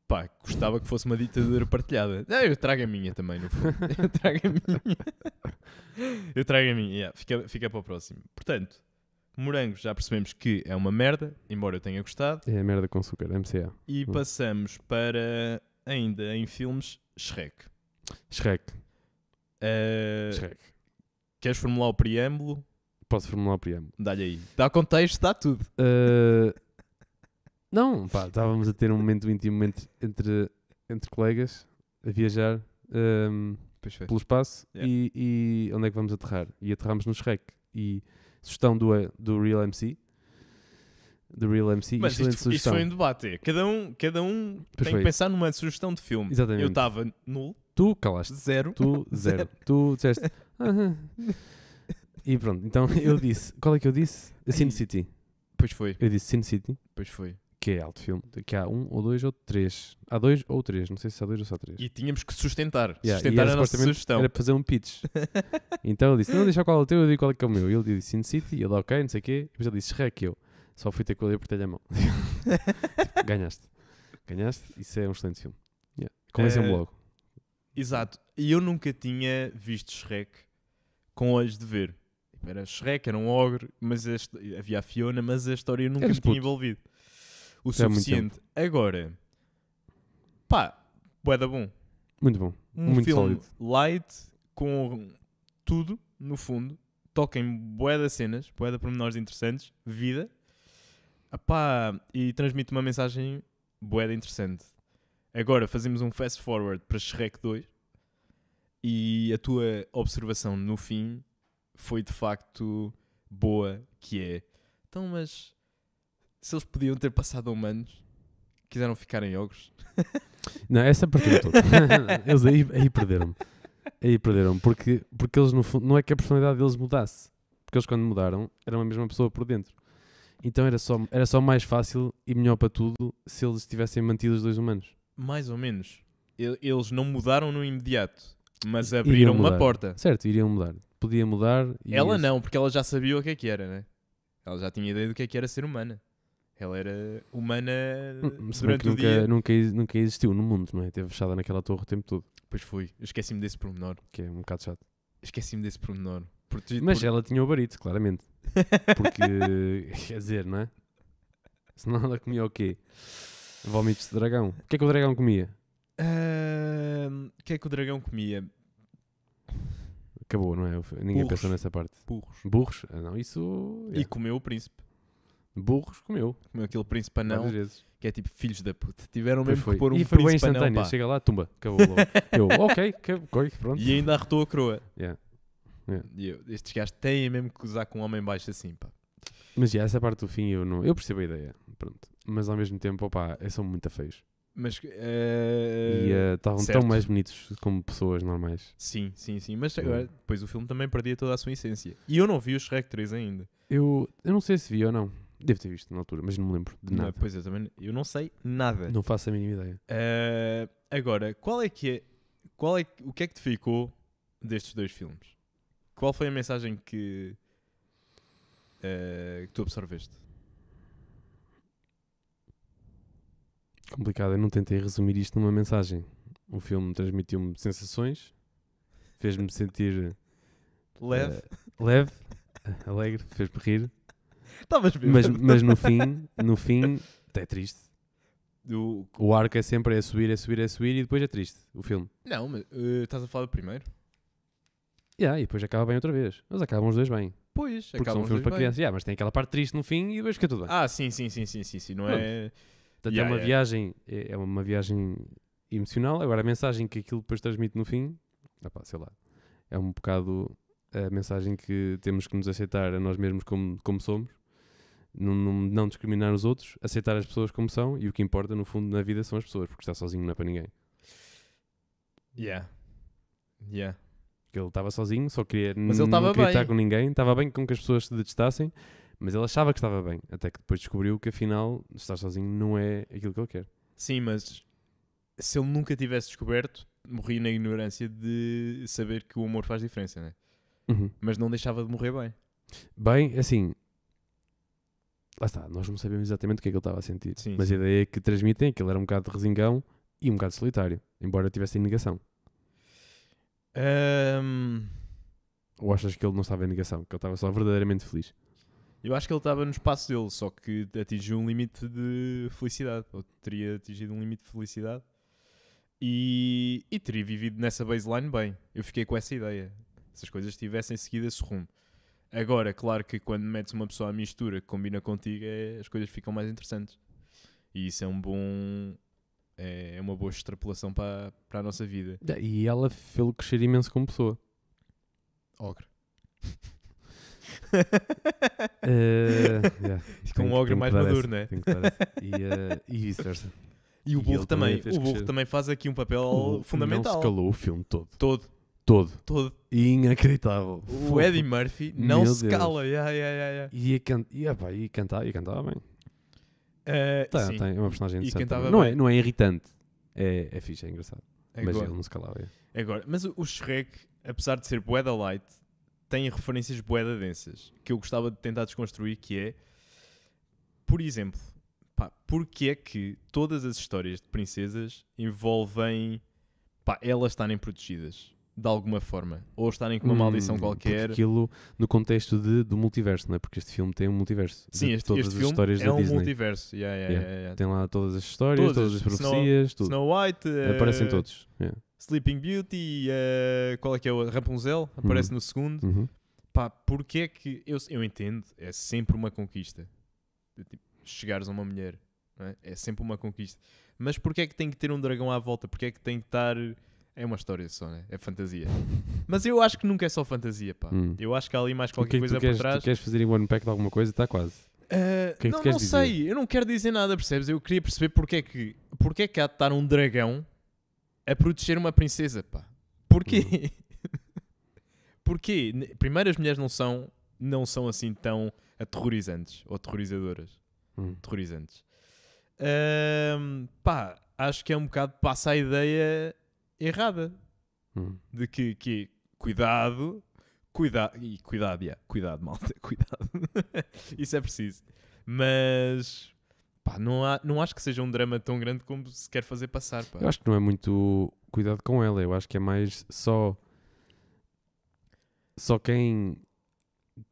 Speaker 1: Pá, gostava que fosse uma ditadura partilhada. Não, eu trago a minha também, no fundo. Eu trago a minha. Eu trago a minha, yeah. fica, fica para o próximo. Portanto, morango já percebemos que é uma merda, embora eu tenha gostado.
Speaker 2: É a merda com açúcar, MCA.
Speaker 1: E
Speaker 2: Hum.
Speaker 1: passamos para, ainda em filmes, Shrek.
Speaker 2: Shrek,
Speaker 1: Eh,
Speaker 2: Shrek.
Speaker 1: queres formular o preâmbulo?
Speaker 2: Posso formular o preâmbulo.
Speaker 1: Dá-lhe aí. Dá contexto, dá tudo.
Speaker 2: Uh, não, pá, estávamos a ter um momento íntimo entre, entre, entre colegas, a viajar um,
Speaker 1: Pois foi.
Speaker 2: pelo espaço
Speaker 1: Yeah.
Speaker 2: e, e onde é que vamos aterrar? E aterramos no Shrek. E sugestão do, eh, do Real MC. Do Real MC.
Speaker 1: Mas
Speaker 2: excelente
Speaker 1: isto, isto
Speaker 2: sugestão.
Speaker 1: foi um debate. Cada um, cada um tem
Speaker 2: foi.
Speaker 1: que pensar numa sugestão de filme.
Speaker 2: Exatamente.
Speaker 1: Eu estava nulo,
Speaker 2: Tu calaste.
Speaker 1: zero.
Speaker 2: Tu, zero. tu disseste. "Aham." E pronto, então eu disse. Qual é que eu disse? A Sin
Speaker 1: Ai.
Speaker 2: City.
Speaker 1: Pois foi,
Speaker 2: Eu disse Sin City.
Speaker 1: pois foi.
Speaker 2: que é alto filme, que há um ou dois ou três. Há dois ou três, não sei se há dois ou só três.
Speaker 1: E tínhamos que sustentar.
Speaker 2: Yeah,
Speaker 1: sustentar
Speaker 2: e era
Speaker 1: a nossa
Speaker 2: supostamente-
Speaker 1: sugestão.
Speaker 2: Era para fazer um pitch. então eu disse: Não, deixa qual é o teu, eu digo qual é que é o meu. E ele disse Sin City, e ele, ok, não sei o quê. E depois ele disse Shrek, e eu só fui ter com ele e apertei-lhe a mão. Tipo, Ganhaste. Ganhaste, isso é um excelente filme. Yeah. Convenceu-me
Speaker 1: Eh,
Speaker 2: logo.
Speaker 1: Exato. E eu nunca tinha visto Shrek com olhos de ver. Tipo, Era Shrek, era um ogre, mas a hist- havia a Fiona, mas a história nunca
Speaker 2: Eras
Speaker 1: me tinha
Speaker 2: puto.
Speaker 1: envolvido. O
Speaker 2: Já há muito
Speaker 1: suficiente. Agora, pá, boeda bom.
Speaker 2: Muito bom.
Speaker 1: um
Speaker 2: Muito
Speaker 1: filme
Speaker 2: sólido.
Speaker 1: light com tudo no fundo toca em bué de cenas bué de pormenores interessantes vida Epá, e transmite uma mensagem bué de interessante agora fazemos um fast forward para Shrek 2 e a tua observação no fim foi de facto boa que é então mas se eles podiam ter passado a humanos quiseram ficar em ogros
Speaker 2: Não, essa partida toda. eles aí, aí perderam-me. Aí perderam-me. Porque, porque eles, no fundo, não é que a personalidade deles mudasse. Porque eles, quando mudaram, eram a mesma pessoa por dentro. Então era só, era só mais fácil e melhor para tudo se eles tivessem mantido os dois humanos.
Speaker 1: Mais ou menos. E- Eles não mudaram no imediato, mas
Speaker 2: Iriam
Speaker 1: abriram uma
Speaker 2: mudar.
Speaker 1: porta.
Speaker 2: Certo, iriam mudar. Podia mudar. E
Speaker 1: Ela não, porque ela já sabia o que é que era, né? Ela já tinha ideia do que é que era ser humana. Ela era humana
Speaker 2: Hum, Se bem que
Speaker 1: durante o
Speaker 2: nunca,
Speaker 1: dia.
Speaker 2: nunca, ex- nunca existiu no mundo, não é? Teve fechada naquela torre o tempo todo.
Speaker 1: Pois fui. Eu Esqueci-me desse pormenor.
Speaker 2: Que é um bocado chato.
Speaker 1: Esqueci-me desse pormenor. Protegido
Speaker 2: Mas
Speaker 1: por-
Speaker 2: ela tinha o barito, claramente. Porque, quer dizer, não é? Senão ela comia o quê? Vómitos de dragão. O que é que o dragão comia?
Speaker 1: Ahn, O que é que o dragão comia?
Speaker 2: Acabou, não é? Ninguém
Speaker 1: Burros.
Speaker 2: pensou nessa parte.
Speaker 1: Burros.
Speaker 2: Burros? Ah, não, isso.
Speaker 1: E
Speaker 2: yeah.
Speaker 1: comeu o príncipe.
Speaker 2: Burros comeu.
Speaker 1: Comeu aquele príncipe anão,
Speaker 2: Várias vezes.
Speaker 1: que é tipo filhos da puta. Tiveram
Speaker 2: Pois
Speaker 1: mesmo
Speaker 2: foi.
Speaker 1: que pôr um
Speaker 2: e foi bem
Speaker 1: príncipe anão,
Speaker 2: instantâneo.
Speaker 1: pá.
Speaker 2: Chega lá, tumba. Acabou logo. é Eu, ok, que- ok, pronto.
Speaker 1: E ainda arrotou a coroa.
Speaker 2: Yeah. Yeah.
Speaker 1: E eu, estes gajos têm mesmo que usar com um homem baixo assim, pá.
Speaker 2: Mas já, essa parte do fim eu não. Eu percebo a ideia. Pronto. Mas ao mesmo tempo, opá, é- são muito feios.
Speaker 1: Mas eh,
Speaker 2: E eh, estavam
Speaker 1: certo.
Speaker 2: tão mais bonitos como pessoas normais.
Speaker 1: sim, sim, sim. Mas agora, depois o filme também perdia toda a sua essência. E eu não vi o Shrek 3 ainda.
Speaker 2: Eu, eu não sei se vi ou não. Devo ter visto na altura, mas não me lembro de
Speaker 1: Não,
Speaker 2: nada.
Speaker 1: Pois eu também eu não sei nada.
Speaker 2: Não, faço a mínima ideia.
Speaker 1: Eh, agora, qual é que é, qual é que- o que é que te ficou destes dois filmes? Qual foi a mensagem que, eh, que tu absorveste?
Speaker 2: Complicado, eu não tentei resumir isto numa mensagem. O filme transmitiu-me sensações, fez-me sentir
Speaker 1: Leve?
Speaker 2: eh, leve, alegre, fez-me rir,
Speaker 1: Estavas bem.
Speaker 2: mas, mas no fim, no fim, até é triste.
Speaker 1: O-
Speaker 2: O arco é sempre é subir, é subir, é subir e depois é triste o filme.
Speaker 1: não, mas eh, estás a falar do primeiro?
Speaker 2: Yeah, e depois acaba bem outra vez. Mas acabam os dois bem.
Speaker 1: Pois,
Speaker 2: Porque
Speaker 1: acabam
Speaker 2: são
Speaker 1: os dois
Speaker 2: filmes para
Speaker 1: bem.
Speaker 2: crianças. Yeah, mas tem aquela parte triste no fim e depois fica tudo bem.
Speaker 1: Ah, sim, sim, sim, sim, sim, sim. Não
Speaker 2: Pronto.
Speaker 1: é.
Speaker 2: Portanto,
Speaker 1: Yeah,
Speaker 2: é uma
Speaker 1: yeah.
Speaker 2: viagem, é é uma viagem emocional. Agora, a mensagem que aquilo depois transmite no fim, opá, sei lá, é um bocado a mensagem que temos que nos aceitar a nós mesmos como, como somos, não, não, não discriminar os outros, aceitar as pessoas como são e o que importa, no fundo, na vida são as pessoas, porque estar sozinho não é para ninguém.
Speaker 1: Yeah. Yeah.
Speaker 2: Porque ele estava sozinho, só queria,
Speaker 1: Mas ele
Speaker 2: não
Speaker 1: estava
Speaker 2: queria
Speaker 1: bem.
Speaker 2: estar com ninguém, estava bem com que as pessoas se detestassem, Mas ele achava que estava bem, até que depois descobriu que afinal estar sozinho não é aquilo que ele quer.
Speaker 1: Sim, mas se ele nunca tivesse descoberto, morria na ignorância de saber que o amor faz diferença, né? Mas não deixava de morrer bem.
Speaker 2: Bem, assim. Lá está, nós não sabemos exatamente o que é que ele estava a sentir.
Speaker 1: Sim,
Speaker 2: mas a ideia que transmitem é que ele era um bocado resingão e um bocado solitário, embora tivesse em negação.
Speaker 1: Ahm,
Speaker 2: Ou achas que ele não estava em negação, que ele estava só verdadeiramente feliz?
Speaker 1: eu acho que ele estava no espaço dele, só que atingiu um limite de felicidade. Ou teria atingido um limite de felicidade. E, e teria vivido nessa baseline bem. Eu fiquei com essa ideia. Se as coisas tivessem seguido esse rumo. Agora, claro que quando metes uma pessoa à mistura que combina contigo, é- as coisas ficam mais interessantes. E isso é um bom. É é uma boa extrapolação para, para a nossa vida.
Speaker 2: E ela fez-lo crescer imenso como pessoa.
Speaker 1: Ogre.
Speaker 2: Eh, yeah,
Speaker 1: Com
Speaker 2: tenho
Speaker 1: um ogre
Speaker 2: que- tenho que
Speaker 1: mais
Speaker 2: dar
Speaker 1: maduro,
Speaker 2: essa,
Speaker 1: né?
Speaker 2: tenho que dar essa. E, eh, e vice-versa.
Speaker 1: E o
Speaker 2: E
Speaker 1: burro
Speaker 2: ele também
Speaker 1: também.
Speaker 2: fez
Speaker 1: O burro
Speaker 2: crescer.
Speaker 1: também faz aqui um papel
Speaker 2: O- Não
Speaker 1: fundamental.
Speaker 2: se calou o filme todo.
Speaker 1: Todo,
Speaker 2: Todo.
Speaker 1: todo.
Speaker 2: Inacreditável.
Speaker 1: O Eddie Murphy não
Speaker 2: Meu
Speaker 1: se
Speaker 2: Deus.
Speaker 1: cala. Yeah, yeah, yeah, yeah.
Speaker 2: E, ia can... e, epá, e cantava, e cantava bem.
Speaker 1: Eh,
Speaker 2: Tá,
Speaker 1: sim,
Speaker 2: tem, é uma personagem
Speaker 1: E
Speaker 2: interessante.
Speaker 1: cantava
Speaker 2: também. Não
Speaker 1: bem.
Speaker 2: é, não é irritante. É, é fixe, é engraçado. Mas
Speaker 1: agora.
Speaker 2: ele não se calava. é.
Speaker 1: Agora, mas o o Shrek, apesar de ser boeda light, tem referências boeda densas que eu gostava de tentar desconstruir, que é, por exemplo, pá, porque é que todas as histórias de princesas envolvem pá, elas estarem protegidas de alguma forma, ou estarem com uma
Speaker 2: Hum,
Speaker 1: maldição
Speaker 2: porque
Speaker 1: qualquer.
Speaker 2: Aquilo no contexto de, do multiverso, não é? Porque este filme tem um multiverso. de
Speaker 1: Sim, este,
Speaker 2: todas
Speaker 1: este
Speaker 2: as
Speaker 1: filme
Speaker 2: histórias
Speaker 1: é
Speaker 2: da
Speaker 1: um
Speaker 2: Disney.
Speaker 1: multiverso. Yeah, yeah,
Speaker 2: Yeah.
Speaker 1: yeah, yeah.
Speaker 2: Tem lá todas as histórias,
Speaker 1: Todas,
Speaker 2: todas as
Speaker 1: Snow-
Speaker 2: profecias, tudo.
Speaker 1: Snow White, eh,
Speaker 2: Aparecem todos. yeah.
Speaker 1: Sleeping Beauty, eh, qual é que é o Rapunzel? Aparece no segundo.
Speaker 2: Uhum.
Speaker 1: Pá, porque é que. Eu, eu entendo, é sempre uma conquista. De, tipo, chegares a uma mulher, não é? é sempre uma conquista. Mas porque é que tem que ter um dragão à volta? Porque é que tem que estar. É uma história só, né? É fantasia. Mas eu acho que nunca é só fantasia, pá.
Speaker 2: Hum.
Speaker 1: Eu acho que há ali mais
Speaker 2: O que
Speaker 1: qualquer
Speaker 2: é que
Speaker 1: coisa
Speaker 2: tu queres,
Speaker 1: por trás.
Speaker 2: tu queres fazer em One Pack de alguma coisa? Está quase.
Speaker 1: Ah,
Speaker 2: que é que tu
Speaker 1: não,
Speaker 2: queres
Speaker 1: não
Speaker 2: dizer?
Speaker 1: sei, eu não quero dizer nada, percebes? Eu queria perceber porque é que, porque é que há de estar um dragão a proteger uma princesa, pá. Porquê?
Speaker 2: Uhum.
Speaker 1: Porquê? N- Primeiro, as mulheres não são, não são assim tão aterrorizantes ou aterrorizadoras.
Speaker 2: Hum.
Speaker 1: Aterrorizantes. Ahm, pá, acho que é um bocado passa a ideia errada
Speaker 2: Hum.
Speaker 1: de que, que cuidado, cuidado, e cuidado, yeah, cuidado, malta, cuidado. Isso é preciso. Mas pá, não, há, não acho que seja um drama tão grande como se quer fazer passar. Pá.
Speaker 2: Eu acho que não é muito cuidado com ela, eu acho que é mais só só quem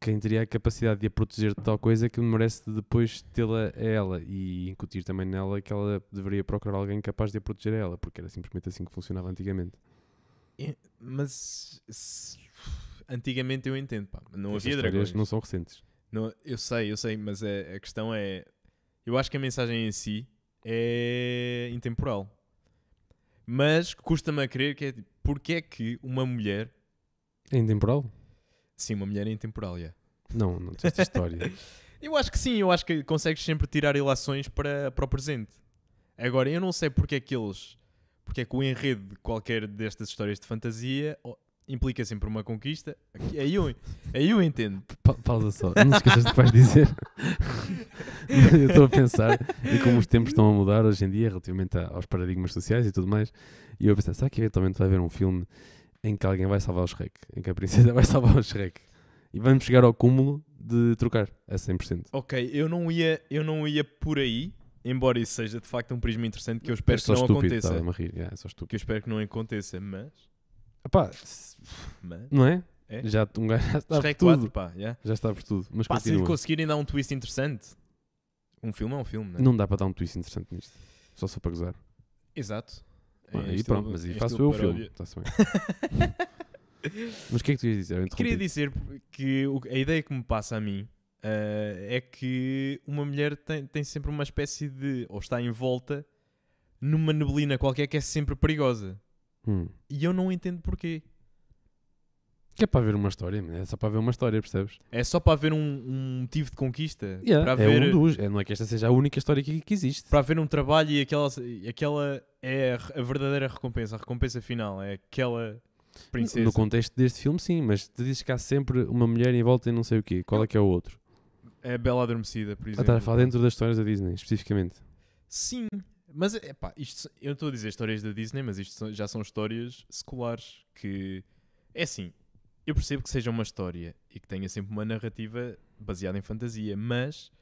Speaker 2: quem teria a capacidade de a proteger de tal coisa que merece depois tê-la a ela e incutir também nela que ela deveria procurar alguém capaz de a proteger a ela, porque era simplesmente assim que funcionava antigamente.
Speaker 1: Mas se- antigamente eu entendo, pá, não
Speaker 2: Estas
Speaker 1: havia dragões.
Speaker 2: histórias não são recentes.
Speaker 1: Não, eu sei, eu sei, mas a, a questão é. Eu acho que a mensagem em si é intemporal. Mas custa-me a crer que é tipo, porque é que uma mulher.
Speaker 2: É intemporal?
Speaker 1: Sim, uma mulher é intemporal, yeah.
Speaker 2: Não, não disseste história.
Speaker 1: Eu acho que sim, eu acho que consegues sempre tirar ilações para, para o presente. Agora, eu não sei porque é que eles. Porque é que o enredo de qualquer destas histórias de fantasia oh, implica sempre uma conquista. Aí eu, aí eu entendo.
Speaker 2: Pa- pausa só, não te esqueças do que vais dizer. eu estou a pensar e como os tempos estão a mudar hoje em dia relativamente a- aos paradigmas sociais e tudo mais, e eu a pensar, será que eventualmente vai haver um filme em que alguém vai salvar o Shrek? Em que a princesa vai salvar o Shrek? E vamos chegar ao cúmulo de trocar a 100%.
Speaker 1: Ok, eu não ia, eu não ia por aí, embora isso seja de facto um prisma interessante que eu
Speaker 2: É
Speaker 1: espero que
Speaker 2: só
Speaker 1: não
Speaker 2: estúpido,
Speaker 1: aconteça.
Speaker 2: estava-me a rir. yeah, é só estúpido.
Speaker 1: Que eu espero que não aconteça, mas.
Speaker 2: Epá, se-
Speaker 1: mas
Speaker 2: não é?
Speaker 1: É.
Speaker 2: Já um gajo já está por
Speaker 1: Shrek 4,
Speaker 2: tudo.
Speaker 1: pá, yeah.
Speaker 2: Já está por tudo. Mas
Speaker 1: Pá, se lhe
Speaker 2: continua.
Speaker 1: conseguirem dar um twist interessante. Um filme é um filme, né?
Speaker 2: Não dá para dar um twist interessante nisto. Só só para gozar.
Speaker 1: Exato.
Speaker 2: Ah,
Speaker 1: É
Speaker 2: aí
Speaker 1: estilo-
Speaker 2: pronto, mas aí
Speaker 1: é
Speaker 2: faço
Speaker 1: estilo
Speaker 2: eu o filme.
Speaker 1: paródia.
Speaker 2: Está-se bem. Mas o que é que tu ias dizer? Eu
Speaker 1: Queria
Speaker 2: interrompi.
Speaker 1: dizer que o- a ideia que me passa a mim eh, é que uma mulher tem, tem sempre uma espécie de. ou está envolta numa neblina qualquer que é sempre perigosa.
Speaker 2: Hum.
Speaker 1: E eu não entendo porquê.
Speaker 2: Que é para ver uma história, mano, é só para ver uma história, percebes?
Speaker 1: É só para haver um, um motivo de conquista?
Speaker 2: Yeah,
Speaker 1: para,
Speaker 2: é
Speaker 1: haver,
Speaker 2: um dos. É, não é que esta seja a única história que, que existe.
Speaker 1: para haver um trabalho e aquela, e aquela é a, re- a verdadeira recompensa, a recompensa final. É aquela princesa.
Speaker 2: No contexto deste filme, sim, mas tu dizes que há sempre uma mulher em volta e não sei o quê. Qual é que é o outro?
Speaker 1: É a Bela Adormecida, por
Speaker 2: Ah,
Speaker 1: exemplo.
Speaker 2: estás a falar dentro das histórias da Disney, especificamente.
Speaker 1: Sim, mas é pá, isto, eu estou a dizer histórias da Disney, mas isto são- já são histórias seculares que é assim. Eu percebo que seja uma história e que tenha sempre uma narrativa baseada em fantasia, mas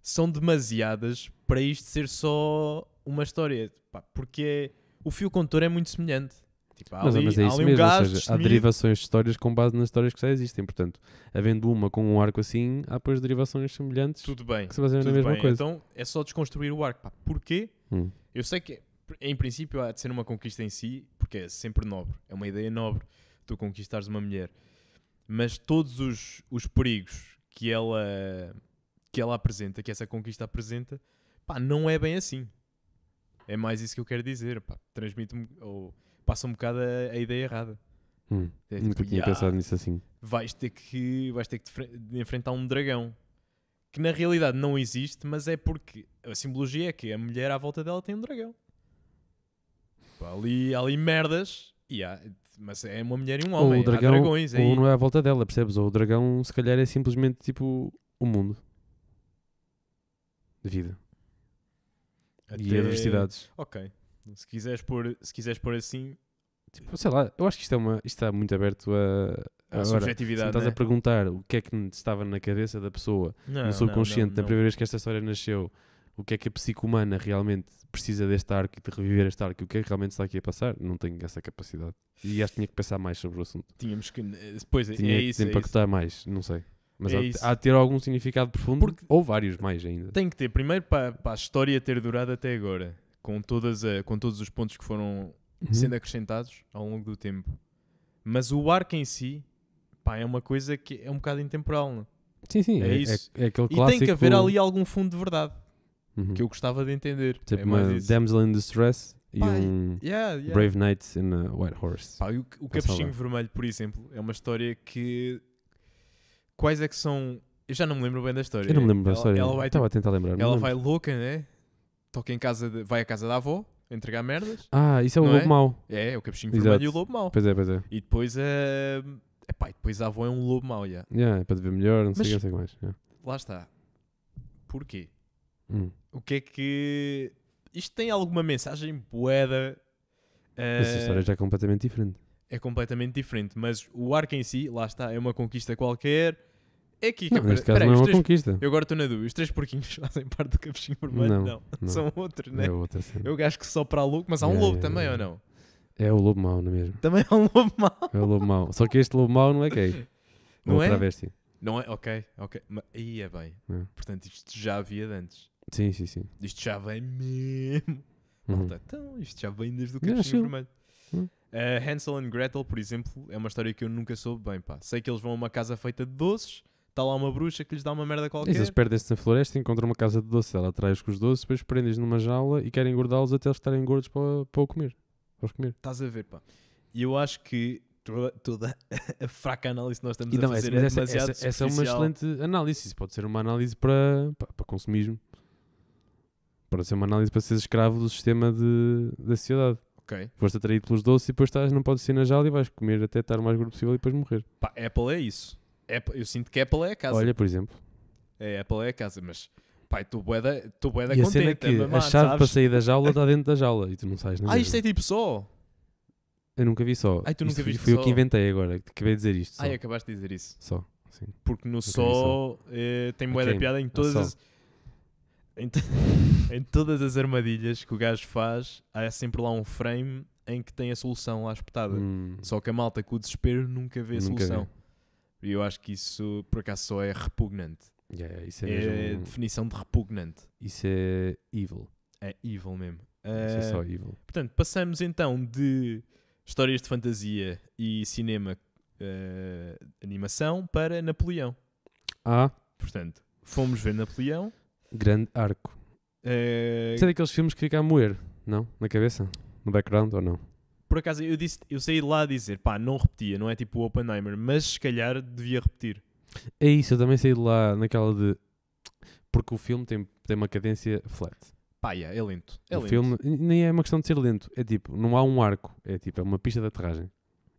Speaker 1: são demasiadas para isto ser só uma história, pá, porque é- o fio condutor é muito semelhante. Tipo, há
Speaker 2: Mas,
Speaker 1: ali,
Speaker 2: mas é
Speaker 1: há
Speaker 2: isso
Speaker 1: ali um
Speaker 2: mesmo, ou
Speaker 1: gajo
Speaker 2: seja, há
Speaker 1: destemido.
Speaker 2: derivações de histórias com base nas histórias que já existem. Portanto, havendo uma com um arco assim, há depois derivações semelhantes
Speaker 1: tudo bem.
Speaker 2: que se baseiam na
Speaker 1: Tudo
Speaker 2: mesma
Speaker 1: bem,
Speaker 2: coisa.
Speaker 1: Então é só desconstruir o arco. Pá, porquê?
Speaker 2: Hum.
Speaker 1: Eu sei que, em princípio, há de ser uma conquista em si, porque é sempre nobre. É uma ideia nobre tu conquistares uma mulher. Mas todos os, os perigos que ela, que ela apresenta, que essa conquista apresenta, pá, não é bem assim. É mais isso que eu quero dizer. Pá. Transmite-me, ou passa um bocado a, a ideia errada.
Speaker 2: Hum.
Speaker 1: É
Speaker 2: Nunca
Speaker 1: tipo,
Speaker 2: tinha
Speaker 1: "Ya,
Speaker 2: pensado nisso assim.
Speaker 1: vais ter que vais ter que te fre- de enfrentar um dragão que na realidade não existe, mas é porque a simbologia é que a mulher à volta dela tem um dragão. Pá, Ali, há ali merdas, e há- mas é uma mulher e um homem.
Speaker 2: ou o dragão,
Speaker 1: há dragões aí.
Speaker 2: ou não é à volta dela, percebes? Ou o dragão, se calhar, é simplesmente tipo o mundo de vida é e
Speaker 1: Até-
Speaker 2: adversidades.
Speaker 1: Ok. Se quiseres pôr, se quiseres pôr assim,
Speaker 2: Tipo, sei lá, eu acho que isto, é uma, isto está muito aberto a.
Speaker 1: a
Speaker 2: Agora, Se me
Speaker 1: subjetividade.
Speaker 2: estás
Speaker 1: né?
Speaker 2: a perguntar o que é que estava na cabeça da pessoa
Speaker 1: Não,
Speaker 2: no
Speaker 1: não,
Speaker 2: subconsciente,
Speaker 1: não,
Speaker 2: da
Speaker 1: não.
Speaker 2: primeira vez que esta história nasceu, o que é que a psique humana realmente precisa deste arco e de reviver este arco, e o que é que realmente está aqui a passar, não tenho essa capacidade. E acho que tinha que pensar mais sobre o assunto.
Speaker 1: Tínhamos que. Pois é,
Speaker 2: Tinha
Speaker 1: é
Speaker 2: que
Speaker 1: isso. é isso.
Speaker 2: desempacotar mais, não sei. Mas
Speaker 1: É
Speaker 2: há,
Speaker 1: isso.
Speaker 2: há de ter algum significado profundo,
Speaker 1: Porque-
Speaker 2: ou vários mais ainda.
Speaker 1: Tem que ter, primeiro para, para a história ter durado até agora, com, todas a- com todos os pontos que foram
Speaker 2: Uhum.
Speaker 1: sendo acrescentados ao longo do tempo. Mas o arco em si, pá, é uma coisa que é um bocado intemporal. não?
Speaker 2: Sim, sim,
Speaker 1: É
Speaker 2: é, é,
Speaker 1: isso.
Speaker 2: é aquele
Speaker 1: E
Speaker 2: clássico.
Speaker 1: tem que haver ali algum fundo de verdade,
Speaker 2: Uhum.
Speaker 1: que eu gostava de entender.
Speaker 2: Tipo
Speaker 1: é
Speaker 2: uma
Speaker 1: mais isso.
Speaker 2: Damsel in Distress e
Speaker 1: Pá,
Speaker 2: um
Speaker 1: Yeah, yeah.
Speaker 2: Brave Knight in a White Horse.
Speaker 1: Pá, e o, o
Speaker 2: Passa
Speaker 1: Capuchinho
Speaker 2: lá.
Speaker 1: Vermelho, por exemplo, é uma história que... Quais é que são... Eu já não me lembro bem da história.
Speaker 2: eu não me lembro da
Speaker 1: Ela-
Speaker 2: história.
Speaker 1: Ela vai, tipo,
Speaker 2: Estava a tentar lembrar. não me
Speaker 1: ela
Speaker 2: lembro.
Speaker 1: vai louca, né? Toca em casa, de- vai à casa da avó, entregar merdas.
Speaker 2: Ah, isso é o
Speaker 1: Não
Speaker 2: Lobo
Speaker 1: é?
Speaker 2: Mau.
Speaker 1: É, é o capuchinho
Speaker 2: Exato.
Speaker 1: vermelho e o lobo mau.
Speaker 2: Pois é, pois é.
Speaker 1: E depois é. Epá, e depois a avó é um lobo mau, já.
Speaker 2: Yeah, é para te ver melhor, não sei o
Speaker 1: Mas-
Speaker 2: que, não sei o que mais. Yeah.
Speaker 1: Lá está. Porquê?
Speaker 2: Hum.
Speaker 1: O que é que. Isto tem alguma mensagem boeda? Eh,
Speaker 2: Essa história já é completamente diferente.
Speaker 1: É completamente diferente, mas o arco em si, lá está, é uma conquista qualquer. É aqui
Speaker 2: Não,
Speaker 1: que.
Speaker 2: neste caso não é
Speaker 1: os
Speaker 2: uma
Speaker 1: três...
Speaker 2: conquista.
Speaker 1: Eu agora estou na dúvida. Os três porquinhos fazem parte do capuchinho vermelho?
Speaker 2: Não,
Speaker 1: Não.
Speaker 2: não.
Speaker 1: São outros, né?
Speaker 2: É outra cena.
Speaker 1: Eu gajo que só para a louco, mas há um
Speaker 2: Yeah,
Speaker 1: lobo
Speaker 2: yeah,
Speaker 1: também,
Speaker 2: yeah.
Speaker 1: ou não?
Speaker 2: É o Lobo Mau, não é mesmo?
Speaker 1: Também há um lobo mau.
Speaker 2: É o Lobo Mau. Só que este Lobo Mau não é gay.
Speaker 1: Não
Speaker 2: Ou
Speaker 1: é?
Speaker 2: travesti.
Speaker 1: Não é? Ok, ok. Mas aí é bem.
Speaker 2: É.
Speaker 1: Portanto, isto já havia de antes.
Speaker 2: Sim, sim, sim.
Speaker 1: Isto já vem mesmo.
Speaker 2: Uhum.
Speaker 1: Malta, então, isto já vem desde o
Speaker 2: Yeah,
Speaker 1: Capuchinho
Speaker 2: chill.
Speaker 1: Vermelho.
Speaker 2: Hum.
Speaker 1: Uh, Hansel and Gretel, por exemplo, é uma história que eu nunca soube bem, pá. Sei que eles vão a uma casa feita de doces, está lá uma bruxa que lhes dá uma merda
Speaker 2: Eles
Speaker 1: qualquer.
Speaker 2: Eles perdem-se na floresta, encontram uma casa de doce, ela atrai-os com os doces, depois prendem-os numa jaula e querem engordá-los até eles estarem gordos para, para o comer. Para os comer.
Speaker 1: Estás a ver, pá. E eu acho que toda, toda a fraca análise que nós estamos
Speaker 2: E não,
Speaker 1: a
Speaker 2: essa,
Speaker 1: fazer
Speaker 2: mas
Speaker 1: é
Speaker 2: essa,
Speaker 1: demasiado
Speaker 2: essa- essa é uma
Speaker 1: superficial.
Speaker 2: excelente análise. Isso pode ser uma análise para, para, para consumismo. Pode ser uma análise para seres escravo do sistema de, da sociedade.
Speaker 1: Ok.
Speaker 2: Foste atraído pelos doces e depois estás, não podes ser na jaula e vais comer até estar o mais gordo possível e depois morrer.
Speaker 1: Pá, Apple é isso. Apple- eu sinto que Apple é a casa.
Speaker 2: Olha, por exemplo.
Speaker 1: É, Apple é a casa, mas... Pai, tu boeda, tu boeda
Speaker 2: e a
Speaker 1: contente,
Speaker 2: cena é que
Speaker 1: a mamar,
Speaker 2: a chave para
Speaker 1: sabes?
Speaker 2: sair da jaula está dentro da jaula e tu não sais na
Speaker 1: Ah,
Speaker 2: mesma.
Speaker 1: isto é tipo só.
Speaker 2: Eu nunca vi só.
Speaker 1: Ai, tu
Speaker 2: Isto
Speaker 1: nunca
Speaker 2: fui-
Speaker 1: viste
Speaker 2: Fui eu
Speaker 1: só.
Speaker 2: que inventei agora. que Acabei de dizer isto. Só.
Speaker 1: Ai, acabaste de dizer isso.
Speaker 2: Só, sim.
Speaker 1: Porque no
Speaker 2: vi
Speaker 1: só eh, tem moeda
Speaker 2: Ok,
Speaker 1: piada em todas
Speaker 2: só.
Speaker 1: as. Em, to- em todas as armadilhas que o gajo faz, há sempre lá um frame em que tem a solução lá espetada.
Speaker 2: Hum,
Speaker 1: Só que a malta com o desespero nunca vê a
Speaker 2: Nunca vê.
Speaker 1: solução. E eu acho que isso, por acaso, só é repugnante.
Speaker 2: yeah, yeah, isso é,
Speaker 1: É,
Speaker 2: mesmo-
Speaker 1: definição de repugnante.
Speaker 2: Isso é evil.
Speaker 1: É evil mesmo.
Speaker 2: Isso é
Speaker 1: Eh,
Speaker 2: só evil.
Speaker 1: Portanto, passamos então de histórias de fantasia e cinema, eh, animação, para Napoleão.
Speaker 2: Ah,
Speaker 1: Portanto, fomos ver Napoleão.
Speaker 2: grande arco.
Speaker 1: Eh,
Speaker 2: Isso é daqueles filmes que fica a moer, não? Na cabeça? No background ou não?
Speaker 1: por acaso, eu, disse, eu saí de lá a dizer, pá, não repetia, não é tipo o Oppenheimer, mas se calhar devia repetir.
Speaker 2: É isso, eu também saí de lá naquela de. Porque o filme tem, tem uma cadência flat.
Speaker 1: Pá, yeah, é lento. É
Speaker 2: o
Speaker 1: lento.
Speaker 2: filme n- nem é uma questão de ser lento, é tipo, não há um arco, é tipo, é uma pista de aterragem.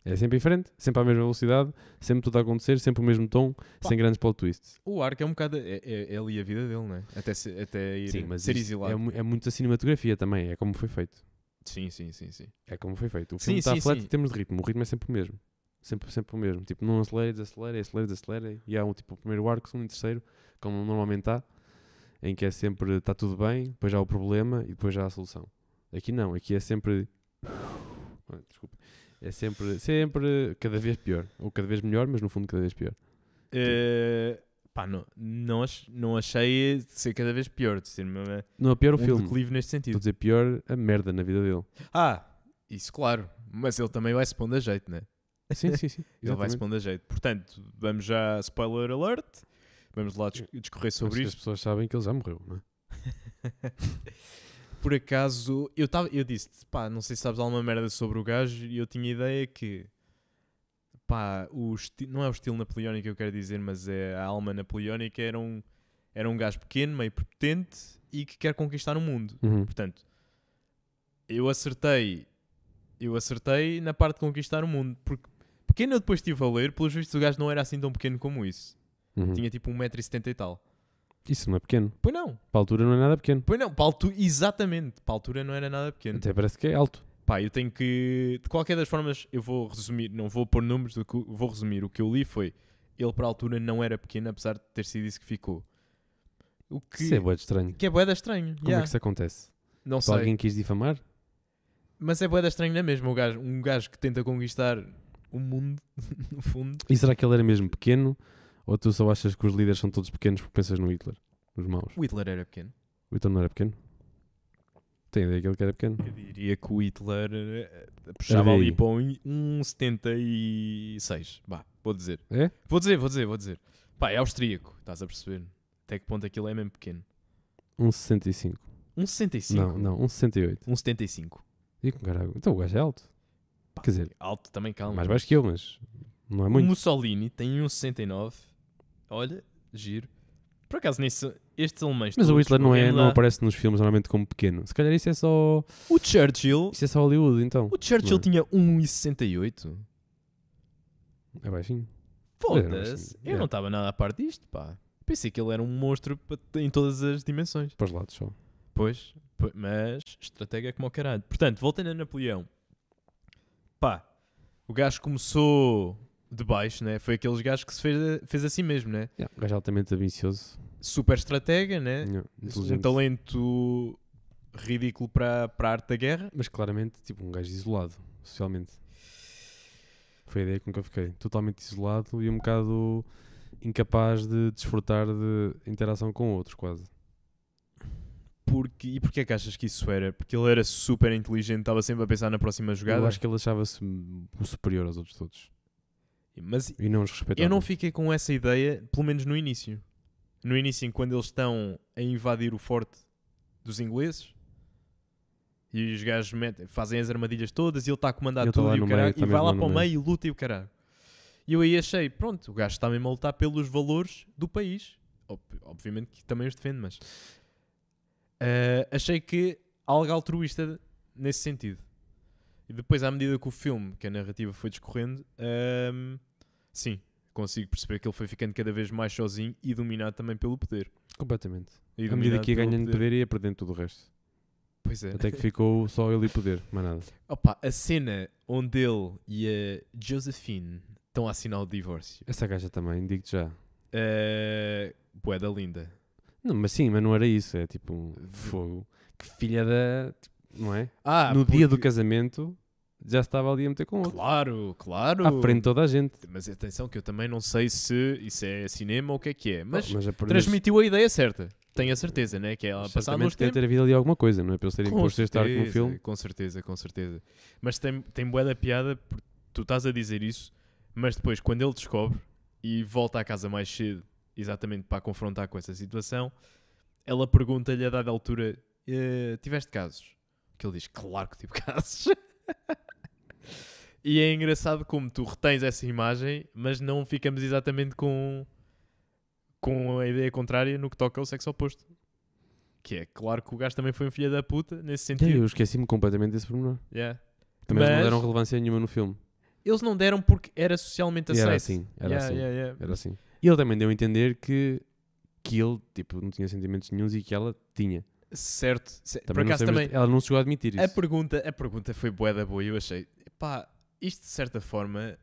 Speaker 2: É sempre em frente, sempre à mesma velocidade, sempre tudo a acontecer, sempre o mesmo tom, sem grandes plot twists.
Speaker 1: O arco é um bocado. É, é, é ali a vida dele, não é? Até, se- até ir, ser
Speaker 2: isto
Speaker 1: exilado.
Speaker 2: é, mu- é muito a cinematografia também, é como foi feito.
Speaker 1: Sim, sim, sim, sim.
Speaker 2: É como foi feito. O
Speaker 1: Sim,
Speaker 2: filme está
Speaker 1: sim,
Speaker 2: flat
Speaker 1: sim.
Speaker 2: em termos de ritmo, o ritmo é sempre o mesmo. Sempre, sempre o mesmo. Tipo, não acelera, desacelera, acelera, desacelera. E há um tipo o primeiro arco, segundo e terceiro, como normalmente há, em que é sempre está tudo bem, depois já há o problema e depois já há a solução. Aqui não, aqui é sempre. Ai, Desculpa. É sempre, sempre cada vez pior. Ou cada vez melhor, mas no fundo cada vez pior.
Speaker 1: Eh, pá, não, não, ach- não achei de ser cada vez pior, de ser mesmo
Speaker 2: Não é pior
Speaker 1: um
Speaker 2: o filme.
Speaker 1: declive neste
Speaker 2: Estou a
Speaker 1: sentido.
Speaker 2: dizer pior a merda na vida dele.
Speaker 1: Ah, isso claro. Mas ele também vai se pondo a jeito, né?
Speaker 2: É, Sim, sim, sim.
Speaker 1: Ele vai se
Speaker 2: exatamente.
Speaker 1: pondo a jeito. Portanto, vamos já, spoiler alert, vamos lá dis- discorrer sobre
Speaker 2: Acho que
Speaker 1: isto.
Speaker 2: As pessoas sabem que ele já morreu, não é?
Speaker 1: Por acaso, eu, tava, eu disse-te, pá, não sei se sabes alguma merda sobre o gajo, e eu tinha ideia que, pá, o esti- não é o estilo napoleónico que eu quero dizer, mas é a alma napoleónica, era um, era um gajo pequeno, meio prepotente, e que quer conquistar o mundo.
Speaker 2: Uhum.
Speaker 1: Portanto, eu acertei. Eu acertei na parte de conquistar o mundo. Porque pequeno eu depois estive a ler, pelos vistos o gajo não era assim tão pequeno como isso.
Speaker 2: Uhum.
Speaker 1: Tinha tipo 1,70m e tal.
Speaker 2: Isso não é pequeno.
Speaker 1: Pois não,
Speaker 2: Para a altura não é nada pequeno.
Speaker 1: pois não, para a altura, exatamente, para a altura não era nada pequeno.
Speaker 2: Até parece que é alto.
Speaker 1: Pá, eu tenho que. De qualquer das formas, eu vou resumir, não vou pôr números, do que eu- vou resumir. O que eu li foi: ele para a altura não era pequeno, apesar de ter sido isso que ficou. O que,
Speaker 2: Isso é bué de estranho.
Speaker 1: que é boeda estranho.
Speaker 2: Como é
Speaker 1: yeah.
Speaker 2: que isso acontece?
Speaker 1: Não
Speaker 2: Se
Speaker 1: sei.
Speaker 2: alguém quis difamar?
Speaker 1: Mas é boeda estranho, não é mesmo? O gajo, um gajo que tenta conquistar o mundo, no fundo.
Speaker 2: E será que ele era mesmo pequeno? Ou tu só achas que os líderes são todos pequenos porque pensas no Hitler? Os maus.
Speaker 1: O Hitler era pequeno.
Speaker 2: O Hitler não era pequeno? Tem ideia que ele que era pequeno?
Speaker 1: Eu diria que o Hitler eh, puxava
Speaker 2: Era
Speaker 1: ali
Speaker 2: aí.
Speaker 1: para um, um 76. Vá, vou dizer.
Speaker 2: É?
Speaker 1: Vou dizer, vou dizer, vou dizer. Pá, é austríaco, estás a perceber? Até que ponto aquilo é mesmo pequeno?
Speaker 2: Um 65.
Speaker 1: Um 65?
Speaker 2: Não, não, um 68.
Speaker 1: Um 75.
Speaker 2: E com caralho. Então o gajo é alto.
Speaker 1: Pá, é
Speaker 2: Quer dizer,
Speaker 1: alto também, calma.
Speaker 2: Mais baixo que eu, mas não é
Speaker 1: O
Speaker 2: muito.
Speaker 1: Mussolini tem um 69. Olha, giro. Por acaso, nisso, estes alemães.
Speaker 2: Mas o
Speaker 1: todos
Speaker 2: Hitler não, é,
Speaker 1: correndo
Speaker 2: não
Speaker 1: lá-
Speaker 2: aparece nos filmes normalmente como pequeno. Se calhar isso é só.
Speaker 1: O Churchill.
Speaker 2: Isso é só Hollywood, então.
Speaker 1: O Churchill
Speaker 2: Não.
Speaker 1: tinha 1,68.
Speaker 2: É baixinho.
Speaker 1: Foda-se.
Speaker 2: assim,
Speaker 1: Eu
Speaker 2: é.
Speaker 1: não estava nada a par disto, pá. Pensei que ele era um monstro pa- em todas as dimensões.
Speaker 2: Para os lados só.
Speaker 1: Pois, po- mas estratégia como o caralho. Portanto, voltando a Napoleão. Pá, o gajo começou de baixo, né? Foi aqueles gajos que se fez, fez assim mesmo, né?
Speaker 2: Yeah, um gajo altamente ambicioso.
Speaker 1: Super estratega, né?
Speaker 2: Yeah,
Speaker 1: Um
Speaker 2: inteligente.
Speaker 1: talento ridículo para para a arte da guerra.
Speaker 2: Mas claramente, tipo, um gajo isolado, socialmente. Foi a ideia com que eu fiquei. Totalmente isolado e um bocado incapaz de desfrutar de interação com outros, quase.
Speaker 1: Porque, e porquê é que achas que isso era? Porque ele era super inteligente, estava sempre a pensar na próxima jogada.
Speaker 2: Eu acho que ele achava-se o superior aos outros todos.
Speaker 1: Mas
Speaker 2: E não os respeitava.
Speaker 1: Eu não fiquei com essa ideia, pelo menos no início. No início, em quando eles estão a invadir o forte dos ingleses e os gajos metem- fazem as armadilhas todas e ele está a comandar
Speaker 2: Ele tá
Speaker 1: tudo
Speaker 2: lá
Speaker 1: e o
Speaker 2: no
Speaker 1: caralho,
Speaker 2: meio, tá
Speaker 1: e vai lá
Speaker 2: mesmo lá no
Speaker 1: para o meio
Speaker 2: meio.
Speaker 1: e luta e o caralho. E eu aí achei, pronto, o gajo está mesmo a lutar pelos valores do país. Ob- Obviamente que também os defende, mas ah, achei que algo altruísta nesse sentido. E depois, à medida que o filme, que a narrativa foi discorrendo, ahm, sim, consigo perceber que ele foi ficando cada vez mais sozinho e dominado também pelo poder.
Speaker 2: Completamente.
Speaker 1: E
Speaker 2: À medida
Speaker 1: dominado
Speaker 2: que ia
Speaker 1: pelo
Speaker 2: ganhando poder, ia perdendo tudo o resto.
Speaker 1: Pois é.
Speaker 2: Até que ficou só ele e poder, mais nada.
Speaker 1: Opa, a cena onde ele e a Josephine estão a assinar o divórcio.
Speaker 2: Essa gaja também, digo-te já.
Speaker 1: Uh, Boeda linda.
Speaker 2: Não, mas sim, mas não era isso. É tipo um
Speaker 1: Eh,
Speaker 2: fogo. Que filha da. tipo, não é?
Speaker 1: Ah,
Speaker 2: no dia do
Speaker 1: porque-
Speaker 2: casamento já estava ali a meter com outro.
Speaker 1: Claro, claro.
Speaker 2: À frente de toda a gente.
Speaker 1: Mas atenção que eu também não sei se isso é cinema ou o que é que é. Mas,
Speaker 2: Oh, mas a perder-
Speaker 1: transmitiu a ideia certa. Tenho a certeza, né? Que ela passava
Speaker 2: certamente
Speaker 1: uns
Speaker 2: deve
Speaker 1: tempos.
Speaker 2: ter havido ali alguma coisa, não é? Para eles terem
Speaker 1: Com
Speaker 2: posto este arco no
Speaker 1: certeza,
Speaker 2: filme.
Speaker 1: Com certeza, com certeza. Mas tem, tem bué da piada, porque tu estás a dizer isso, mas depois, quando ele descobre e volta à casa mais cedo, exatamente para a confrontar com essa situação, ela pergunta-lhe a dada altura: "Eh, Tiveste casos? Que ele diz: Claro que tive casos. e é engraçado como tu retens essa imagem, mas não ficamos exatamente com. Com a ideia contrária no que toca ao sexo oposto. Que é claro que o gajo também foi um filho da puta, nesse
Speaker 2: Ei,
Speaker 1: sentido.
Speaker 2: Eu esqueci-me completamente desse pormenor.
Speaker 1: Yeah.
Speaker 2: Também eles
Speaker 1: Mas-
Speaker 2: não deram relevância nenhuma no filme.
Speaker 1: Eles não deram porque era socialmente
Speaker 2: E
Speaker 1: aceito.
Speaker 2: era assim, era
Speaker 1: Tá Yeah,
Speaker 2: assim.
Speaker 1: yeah, yeah.
Speaker 2: Era assim. E ele também deu a entender que, que ele tipo, não tinha sentimentos nenhuns e que ela tinha.
Speaker 1: Certo. certo.
Speaker 2: Também
Speaker 1: Por
Speaker 2: não
Speaker 1: acaso
Speaker 2: sabemos-
Speaker 1: também, É
Speaker 2: Ela não chegou a admitir isso.
Speaker 1: A pergunta, a pergunta foi bué da boa e eu achei, pá, isto de certa forma,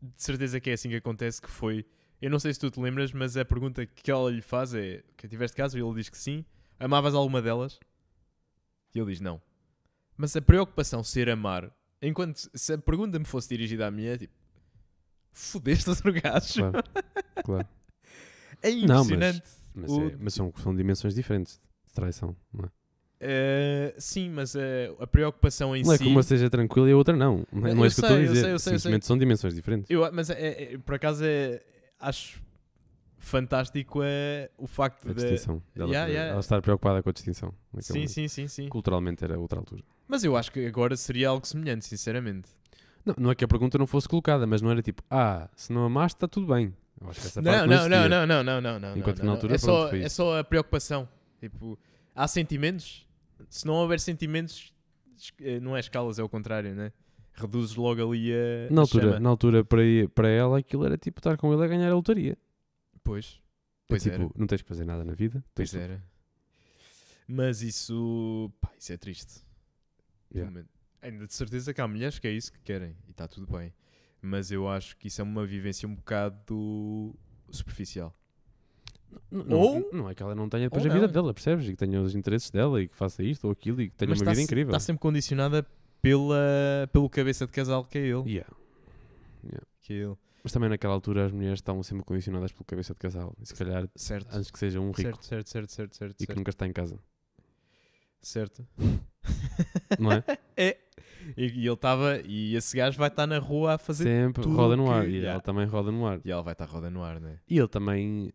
Speaker 1: de certeza que é assim que acontece, que foi, eu não sei se tu te lembras, mas a pergunta que ela lhe faz é, que tiveste caso e ele diz que sim, amavas alguma delas? E ele diz não. Mas a preocupação ser amar, enquanto se- se a pergunta me fosse dirigida a mim é tipo, fodeste outro gajo?
Speaker 2: Claro. claro.
Speaker 1: É
Speaker 2: Não, mas-
Speaker 1: impressionante.
Speaker 2: Mas,
Speaker 1: O-
Speaker 2: é- mas são, são dimensões diferentes de traição. Não é,
Speaker 1: Eh, sim, mas eh, a preocupação em
Speaker 2: não é
Speaker 1: si...
Speaker 2: que uma seja tranquila e a outra não. Não é,
Speaker 1: Eu-
Speaker 2: não é
Speaker 1: eu
Speaker 2: isso que eu
Speaker 1: sei,
Speaker 2: estou a
Speaker 1: eu
Speaker 2: dizer.
Speaker 1: sei, eu sei, eu sei.
Speaker 2: Simplesmente são dimensões diferentes.
Speaker 1: Eu, mas é, é- por acaso é, acho fantástico é, o facto
Speaker 2: A
Speaker 1: de.
Speaker 2: distinção. Dela,
Speaker 1: Yeah, yeah.
Speaker 2: ela estar preocupada com a distinção. naquele
Speaker 1: Sim,
Speaker 2: momento.
Speaker 1: sim, sim, sim.
Speaker 2: Culturalmente era outra altura.
Speaker 1: Mas eu acho que agora seria algo semelhante, sinceramente.
Speaker 2: Não, não é que a pergunta não fosse colocada, mas não era tipo, ah, se não amaste, está tudo bem. Eu acho que essa parte
Speaker 1: Não, não, não,
Speaker 2: existia.
Speaker 1: não, não, não, não, não.
Speaker 2: Enquanto
Speaker 1: não,
Speaker 2: que na
Speaker 1: não.
Speaker 2: altura,
Speaker 1: é,
Speaker 2: pronto,
Speaker 1: só,
Speaker 2: foi
Speaker 1: é
Speaker 2: isso.
Speaker 1: só a preocupação. Tipo, há sentimentos? Se não houver sentimentos, es- eh, não é escalas, é o contrário, né? Reduzes logo ali a.
Speaker 2: Na
Speaker 1: a
Speaker 2: altura,
Speaker 1: chama.
Speaker 2: na altura para, para ela, aquilo era tipo estar com ele a ganhar a lotaria.
Speaker 1: Pois.
Speaker 2: É
Speaker 1: Pois
Speaker 2: tipo,
Speaker 1: era.
Speaker 2: não tens que fazer nada na vida. tens
Speaker 1: Pois é.
Speaker 2: tu-
Speaker 1: era. Mas isso. pá, isso é triste. Pelo
Speaker 2: Yeah.
Speaker 1: menos. Ainda de certeza que há mulheres que é isso que querem e está tudo bem. Mas eu acho que isso é uma vivência um bocado superficial.
Speaker 2: Não, não-
Speaker 1: Ou-
Speaker 2: não é que ela não tenha depois
Speaker 1: ou
Speaker 2: a vida
Speaker 1: não.
Speaker 2: dela, percebes? E que tenha os interesses dela e que faça isto ou aquilo e que tenha uma vida incrível.
Speaker 1: Está tá sempre condicionada pela, pelo cabeça de casal que é ele.
Speaker 2: Yeah.
Speaker 1: Que é ele.
Speaker 2: Mas também naquela altura as mulheres estavam sempre condicionadas pelo cabeça de casal. E se calhar
Speaker 1: Certo.
Speaker 2: antes que seja um rico
Speaker 1: Ah, certo, certo, certo, certo, certo,
Speaker 2: e que nunca está em casa,
Speaker 1: certo.
Speaker 2: não é?
Speaker 1: E, e ele estava, e esse gajo vai estar na rua a fazer.
Speaker 2: sempre
Speaker 1: tudo
Speaker 2: roda no ar.
Speaker 1: que-
Speaker 2: E
Speaker 1: yeah.
Speaker 2: ela também roda no ar.
Speaker 1: E ela vai estar roda no ar, né?
Speaker 2: E ele também,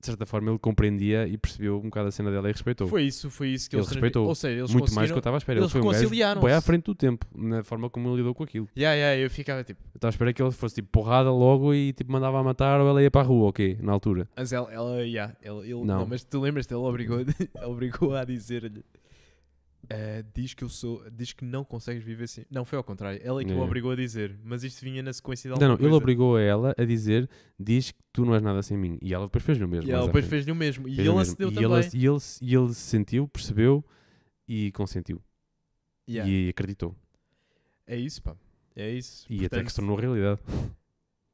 Speaker 2: de certa forma, ele compreendia e percebeu um bocado a cena dela e respeitou.
Speaker 1: Foi isso, foi isso que
Speaker 2: Ele
Speaker 1: eles trans-
Speaker 2: respeitou
Speaker 1: Ou seja, eles
Speaker 2: Muito mais do
Speaker 1: conseguiram-
Speaker 2: que eu estava à espera.
Speaker 1: eles
Speaker 2: ele foi um gajo
Speaker 1: reconciliaram-se.
Speaker 2: bem à frente do tempo, na forma como ele lidou com aquilo.
Speaker 1: Yeah, yeah, eu ficava tipo.
Speaker 2: Eu estava à espera que ele fosse tipo porrada logo e tipo mandava a matar ou ela ia para a rua, ok, na altura.
Speaker 1: Mas ela, ela, yeah, ela- ele, não.
Speaker 2: Não.
Speaker 1: mas tu lembras-te, ele obrigou, obrigou a dizer-lhe: "Eh, diz que eu sou, diz que não consegues viver assim. Não, foi ao contrário, ela é que o
Speaker 2: Yeah.
Speaker 1: obrigou a dizer, mas isto vinha na sequência de alguma
Speaker 2: Não, não, ele
Speaker 1: coisa.
Speaker 2: obrigou a ela a dizer: diz que tu não és nada sem mim. E ela depois fez-lhe o mesmo.
Speaker 1: E
Speaker 2: mais
Speaker 1: ela
Speaker 2: à
Speaker 1: depois
Speaker 2: frente.
Speaker 1: fez-lhe o mesmo, e
Speaker 2: Fez
Speaker 1: ele
Speaker 2: o mesmo.
Speaker 1: acedeu
Speaker 2: e
Speaker 1: também.
Speaker 2: Ele, e, ele, se- e ele se sentiu, percebeu e consentiu.
Speaker 1: Yeah,
Speaker 2: E acreditou.
Speaker 1: É isso, pá, é isso.
Speaker 2: E até que
Speaker 1: Portanto,
Speaker 2: se tornou realidade.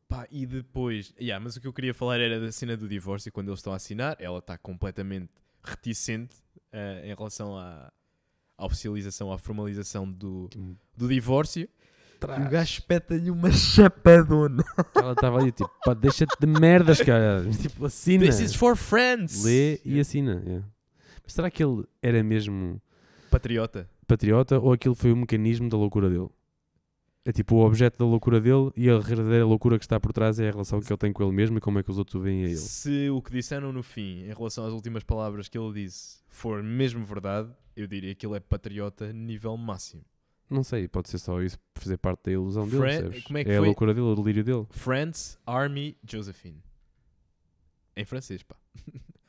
Speaker 1: Pá, e depois, yeah, mas o que eu queria falar era da cena do divórcio, quando eles estão a assinar, ela está completamente reticente eh, em relação à, à oficialização, à formalização do, do divórcio. E o gajo espeta-lhe uma chapadona.
Speaker 2: Ela estava ali tipo: pá, deixa-te de merdas, cara. tipo, assina.
Speaker 1: This is for friends.
Speaker 2: Lê e assina. yeah. Mas será que ele era mesmo
Speaker 1: Patriota.
Speaker 2: patriota ou aquilo foi o mecanismo da loucura dele? É tipo o objeto da loucura dele e a verdadeira loucura que está por trás é a relação que ele tem com ele mesmo e como é que os outros o veem a ele.
Speaker 1: Se o que disseram no fim, em relação às últimas palavras que ele disse, for mesmo verdade, eu diria que ele é patriota nível máximo.
Speaker 2: Não sei, pode ser só isso por fazer parte da ilusão dele,
Speaker 1: Fran-
Speaker 2: percebes?
Speaker 1: como é que
Speaker 2: a
Speaker 1: foi?
Speaker 2: loucura dele, o delírio dele.
Speaker 1: France, Army, Josephine. Em francês, pá.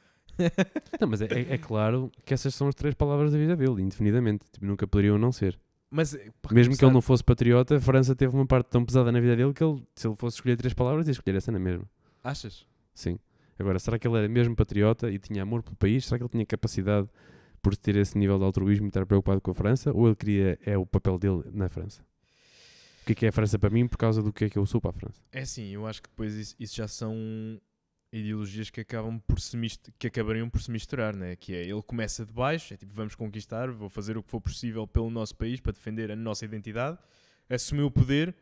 Speaker 2: Não, mas é, é- é claro que essas são as três palavras da vida dele, indefinidamente. Tipo, nunca poderiam não ser.
Speaker 1: Mas, eh, para
Speaker 2: Mesmo que ele
Speaker 1: começar-
Speaker 2: não fosse patriota, a França teve uma parte tão pesada na vida dele que ele, se ele fosse escolher três palavras, ia escolher essa na mesma.
Speaker 1: Achas?
Speaker 2: Sim. Agora, será que ele era mesmo patriota e tinha amor pelo país? Será que ele tinha capacidade por ter esse nível de altruísmo e estar preocupado com a França? Ou ele queria, é o papel dele na França? O que é que é a França para mim por causa do que é que eu sou para a França?
Speaker 1: É assim, eu acho que depois isso, isso já são ideologias que acabam por se mist- que acabariam por se misturar, né? Que é ele começa de baixo, é tipo vamos conquistar, vou fazer o que for possível pelo nosso país para defender a nossa identidade, assumiu o poder,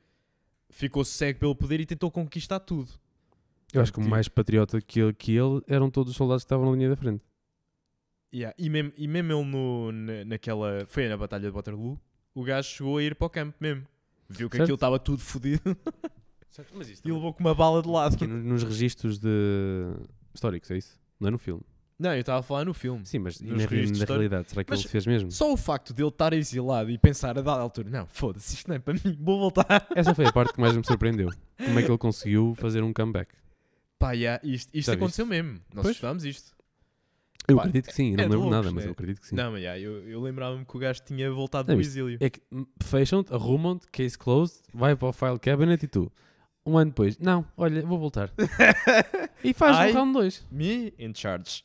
Speaker 1: ficou cego pelo poder e tentou conquistar tudo.
Speaker 2: Eu acho que o
Speaker 1: Sim.
Speaker 2: mais patriota que ele, que ele eram todos os soldados que estavam na linha da frente.
Speaker 1: Yeah, E, mesmo, e mesmo ele no, na- naquela foi na batalha de Waterloo, o gajo chegou a ir para o campo mesmo. Viu que
Speaker 2: Certo.
Speaker 1: aquilo estava tudo fodido
Speaker 2: Mas
Speaker 1: e levou com uma bala de lado.
Speaker 2: Aqui no- nos registros de... históricos, é isso? Não é no filme.
Speaker 1: Não, eu estava a falar no filme.
Speaker 2: Sim, mas e
Speaker 1: Nos
Speaker 2: na, re-
Speaker 1: registros
Speaker 2: na
Speaker 1: históricos.
Speaker 2: realidade, será que
Speaker 1: Mas-
Speaker 2: ele fez mesmo?
Speaker 1: Só o facto de ele estar exilado e pensar a dada altura, não, foda-se, isto não é para mim, vou voltar.
Speaker 2: Essa foi a parte que mais me surpreendeu. Como é que ele conseguiu fazer um comeback?
Speaker 1: Pá, yeah, isto, isto
Speaker 2: Já
Speaker 1: aconteceu mesmo. Nós
Speaker 2: Pois.
Speaker 1: estudámos isto.
Speaker 2: Eu
Speaker 1: Pá,
Speaker 2: acredito que sim, eu
Speaker 1: é de
Speaker 2: não me lembro
Speaker 1: loucos,
Speaker 2: nada, mas
Speaker 1: né?
Speaker 2: eu acredito que sim.
Speaker 1: Não, mas já, eu, eu lembrava-me que o gajo tinha voltado
Speaker 2: É
Speaker 1: do
Speaker 2: isso.
Speaker 1: exílio.
Speaker 2: É que hum, fecham-te, arrumam-te, case closed, vai para o file cabinet e tu. Um ano depois, não, olha, vou voltar. E faz
Speaker 1: Ai.
Speaker 2: um round 2.
Speaker 1: Me in charge.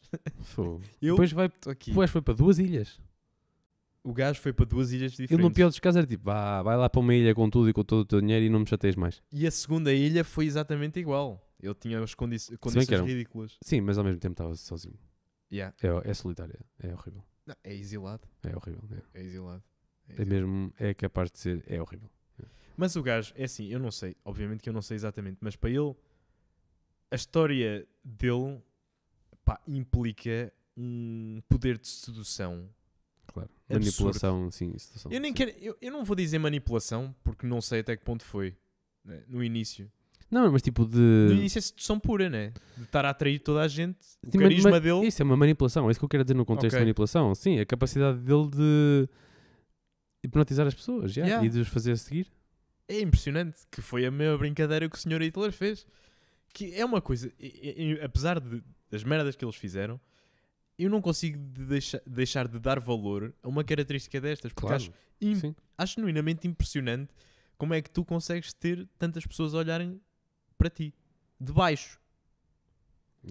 Speaker 1: Eu
Speaker 2: Depois vai,
Speaker 1: estou aqui.
Speaker 2: depois foi para duas ilhas.
Speaker 1: O gajo foi para duas ilhas
Speaker 2: Ele
Speaker 1: diferentes.
Speaker 2: no pior dos casos era tipo, vá, vai lá para uma ilha com tudo e com todo o teu dinheiro e não me chateias mais.
Speaker 1: E a segunda ilha foi exatamente igual. Ele tinha as condi
Speaker 2: que
Speaker 1: condições
Speaker 2: era um-
Speaker 1: ridículas.
Speaker 2: Sim, mas ao mesmo tempo estava sozinho.
Speaker 1: Yeah.
Speaker 2: É, é solitária, é horrível.
Speaker 1: Não, é exilado.
Speaker 2: É horrível, é.
Speaker 1: É exilado. É
Speaker 2: É
Speaker 1: exilado.
Speaker 2: mesmo, é capaz de ser, é horrível.
Speaker 1: Mas o gajo, é assim, eu não sei, obviamente que eu não sei exatamente, mas para ele, a história dele pá, implica um poder de sedução.
Speaker 2: Claro.
Speaker 1: Absurdo.
Speaker 2: Manipulação, sim, situação.
Speaker 1: Eu nem
Speaker 2: sim.
Speaker 1: quero, eu, eu não vou dizer manipulação, porque não sei até que ponto foi. né, No início.
Speaker 2: Não, mas tipo
Speaker 1: No
Speaker 2: de.
Speaker 1: início é sedução pura, né? De estar a atrair toda a gente. O
Speaker 2: Sim, mas-
Speaker 1: carisma
Speaker 2: mas
Speaker 1: dele.
Speaker 2: Isso é uma manipulação, é isso que eu quero dizer no contexto
Speaker 1: Então, Ok.
Speaker 2: de manipulação. Sim, a capacidade dele de hipnotizar as pessoas já,
Speaker 1: Yeah.
Speaker 2: e de os fazer seguir.
Speaker 1: É impressionante que foi a mesma brincadeira que o Sr. Hitler fez. Que é uma coisa, e- e- e- apesar de- das merdas que eles fizeram, eu não consigo de deixa- deixar de dar valor a uma característica destas, porque acho, im-
Speaker 2: Sim.
Speaker 1: acho genuinamente impressionante como é que tu consegues ter tantas pessoas a olharem para ti, de baixo,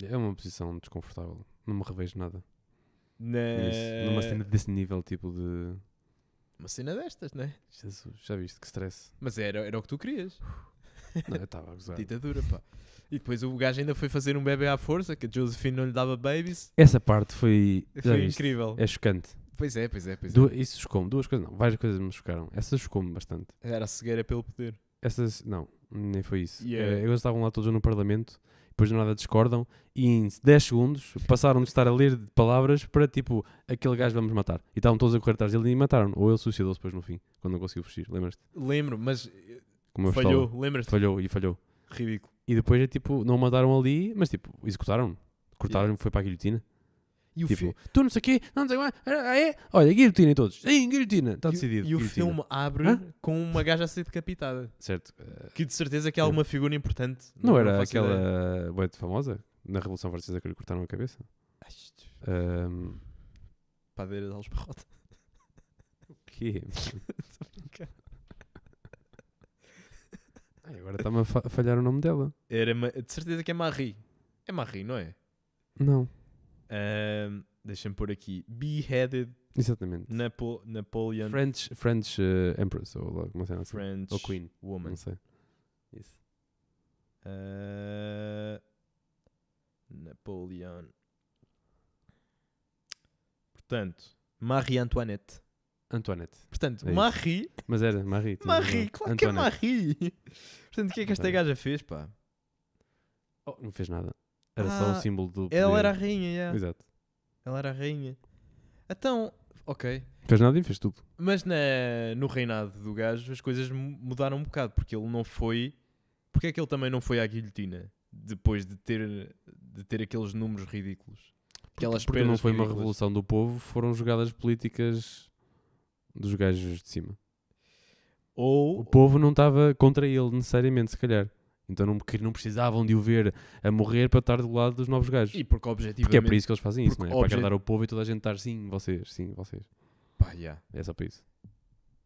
Speaker 2: É uma posição desconfortável. Não me revejo nada.
Speaker 1: na...
Speaker 2: nisso. Numa cena desse nível, tipo de.
Speaker 1: Uma cena destas, né?
Speaker 2: Jesus, já viste que stress.
Speaker 1: Mas era, era o que tu querias,
Speaker 2: Não, eu estava a gozar.
Speaker 1: ditadura, pá. E depois o gajo ainda foi fazer um bebê à força, que a Josephine não lhe dava babies,
Speaker 2: Essa parte foi. já
Speaker 1: foi
Speaker 2: viste?
Speaker 1: incrível.
Speaker 2: É chocante.
Speaker 1: Pois é, pois é, pois
Speaker 2: Du- Isso chocou-me. Duas coisas, não. Várias coisas me chocaram. Essa chocou-me bastante.
Speaker 1: é. Era a cegueira pelo poder.
Speaker 2: Essas. Não, nem foi isso.
Speaker 1: E, eh,
Speaker 2: Eh, Eles estavam lá todos no Parlamento, depois do nada discordam e em 10 segundos passaram de estar a ler palavras para tipo aquele gajo vamos matar. E estavam todos a correr atrás dele e mataram. Ou ele suicidou-se depois no fim, quando não conseguiu fugir. Lembras-te?
Speaker 1: Lembro, mas eh,
Speaker 2: Com uma
Speaker 1: falhou,
Speaker 2: pistola.
Speaker 1: lembras-te?
Speaker 2: Falhou e falhou.
Speaker 1: Ridículo.
Speaker 2: E depois é tipo, não o mataram ali, mas tipo, executaram. Cortaram, foi para a guilhotina.
Speaker 1: E o,
Speaker 2: tipo,
Speaker 1: fi-
Speaker 2: tu não sei o quê, não sei o quê, ah, é? Olha, guilhotina em todos. Sim, guilhotina. Está
Speaker 1: e o-
Speaker 2: decidido.
Speaker 1: E o
Speaker 2: guilhotina.
Speaker 1: filme abre
Speaker 2: Hã?
Speaker 1: com uma gaja a ser decapitada.
Speaker 2: Certo. eh,
Speaker 1: Que de certeza que é alguma figura importante.
Speaker 2: Não era
Speaker 1: faço ideia.
Speaker 2: aquela boete famosa na Revolução Francesa que lhe cortaram a cabeça?
Speaker 1: Ai, isto,
Speaker 2: Ahm,
Speaker 1: Padeira de Alesbarrota.
Speaker 2: O quê? Ai, agora está-me a fa- falhar o nome dela.
Speaker 1: Era ma- De certeza que é Marie. É Marie, não é?
Speaker 2: Não.
Speaker 1: Ahm, Deixa-me pôr aqui. Beheaded
Speaker 2: Exatamente.
Speaker 1: Napo Napoleon
Speaker 2: French, French eh, Empress, ou logo uma cena assim.
Speaker 1: French
Speaker 2: Ou Queen,
Speaker 1: Woman.
Speaker 2: não sei. Isso.
Speaker 1: Ah, Napoleon. Portanto, Marie Antoinette.
Speaker 2: Antoinette.
Speaker 1: Portanto,
Speaker 2: É isso.
Speaker 1: Marie.
Speaker 2: Mas era Marie. tinha
Speaker 1: Marie,
Speaker 2: razão.
Speaker 1: claro que é
Speaker 2: Antoinette.
Speaker 1: Marie. Portanto, o que é que esta
Speaker 2: Antoinette.
Speaker 1: gaja fez, pá?
Speaker 2: Oh, não fez nada. Era só o
Speaker 1: Ah,
Speaker 2: símbolo do.
Speaker 1: Ela
Speaker 2: poder. é.
Speaker 1: era a rainha, yeah.
Speaker 2: Exato.
Speaker 1: Ela era a rainha. Então, ok.
Speaker 2: Não fez nada e fez tudo.
Speaker 1: Mas na, no reinado do gajo as coisas mu- mudaram um bocado, porque ele não foi. Porque é que ele também não foi à guilhotina depois de ter, de ter aqueles números ridículos? Aquelas
Speaker 2: Porque não
Speaker 1: perdas
Speaker 2: foi uma
Speaker 1: ridículas.
Speaker 2: revolução do povo, foram jogadas políticas dos gajos de cima.
Speaker 1: Ou
Speaker 2: o povo não estava contra ele necessariamente, se calhar. Então não, que não precisavam de o ver a morrer para estar do lado dos novos gajos.
Speaker 1: E porque objetivamente.
Speaker 2: Porque é para isso que eles fazem isso, não
Speaker 1: porque
Speaker 2: é? Para
Speaker 1: obje-
Speaker 2: agradar o povo e toda a gente estar sim, vocês, sim, vocês.
Speaker 1: Pá, yeah.
Speaker 2: É só para isso.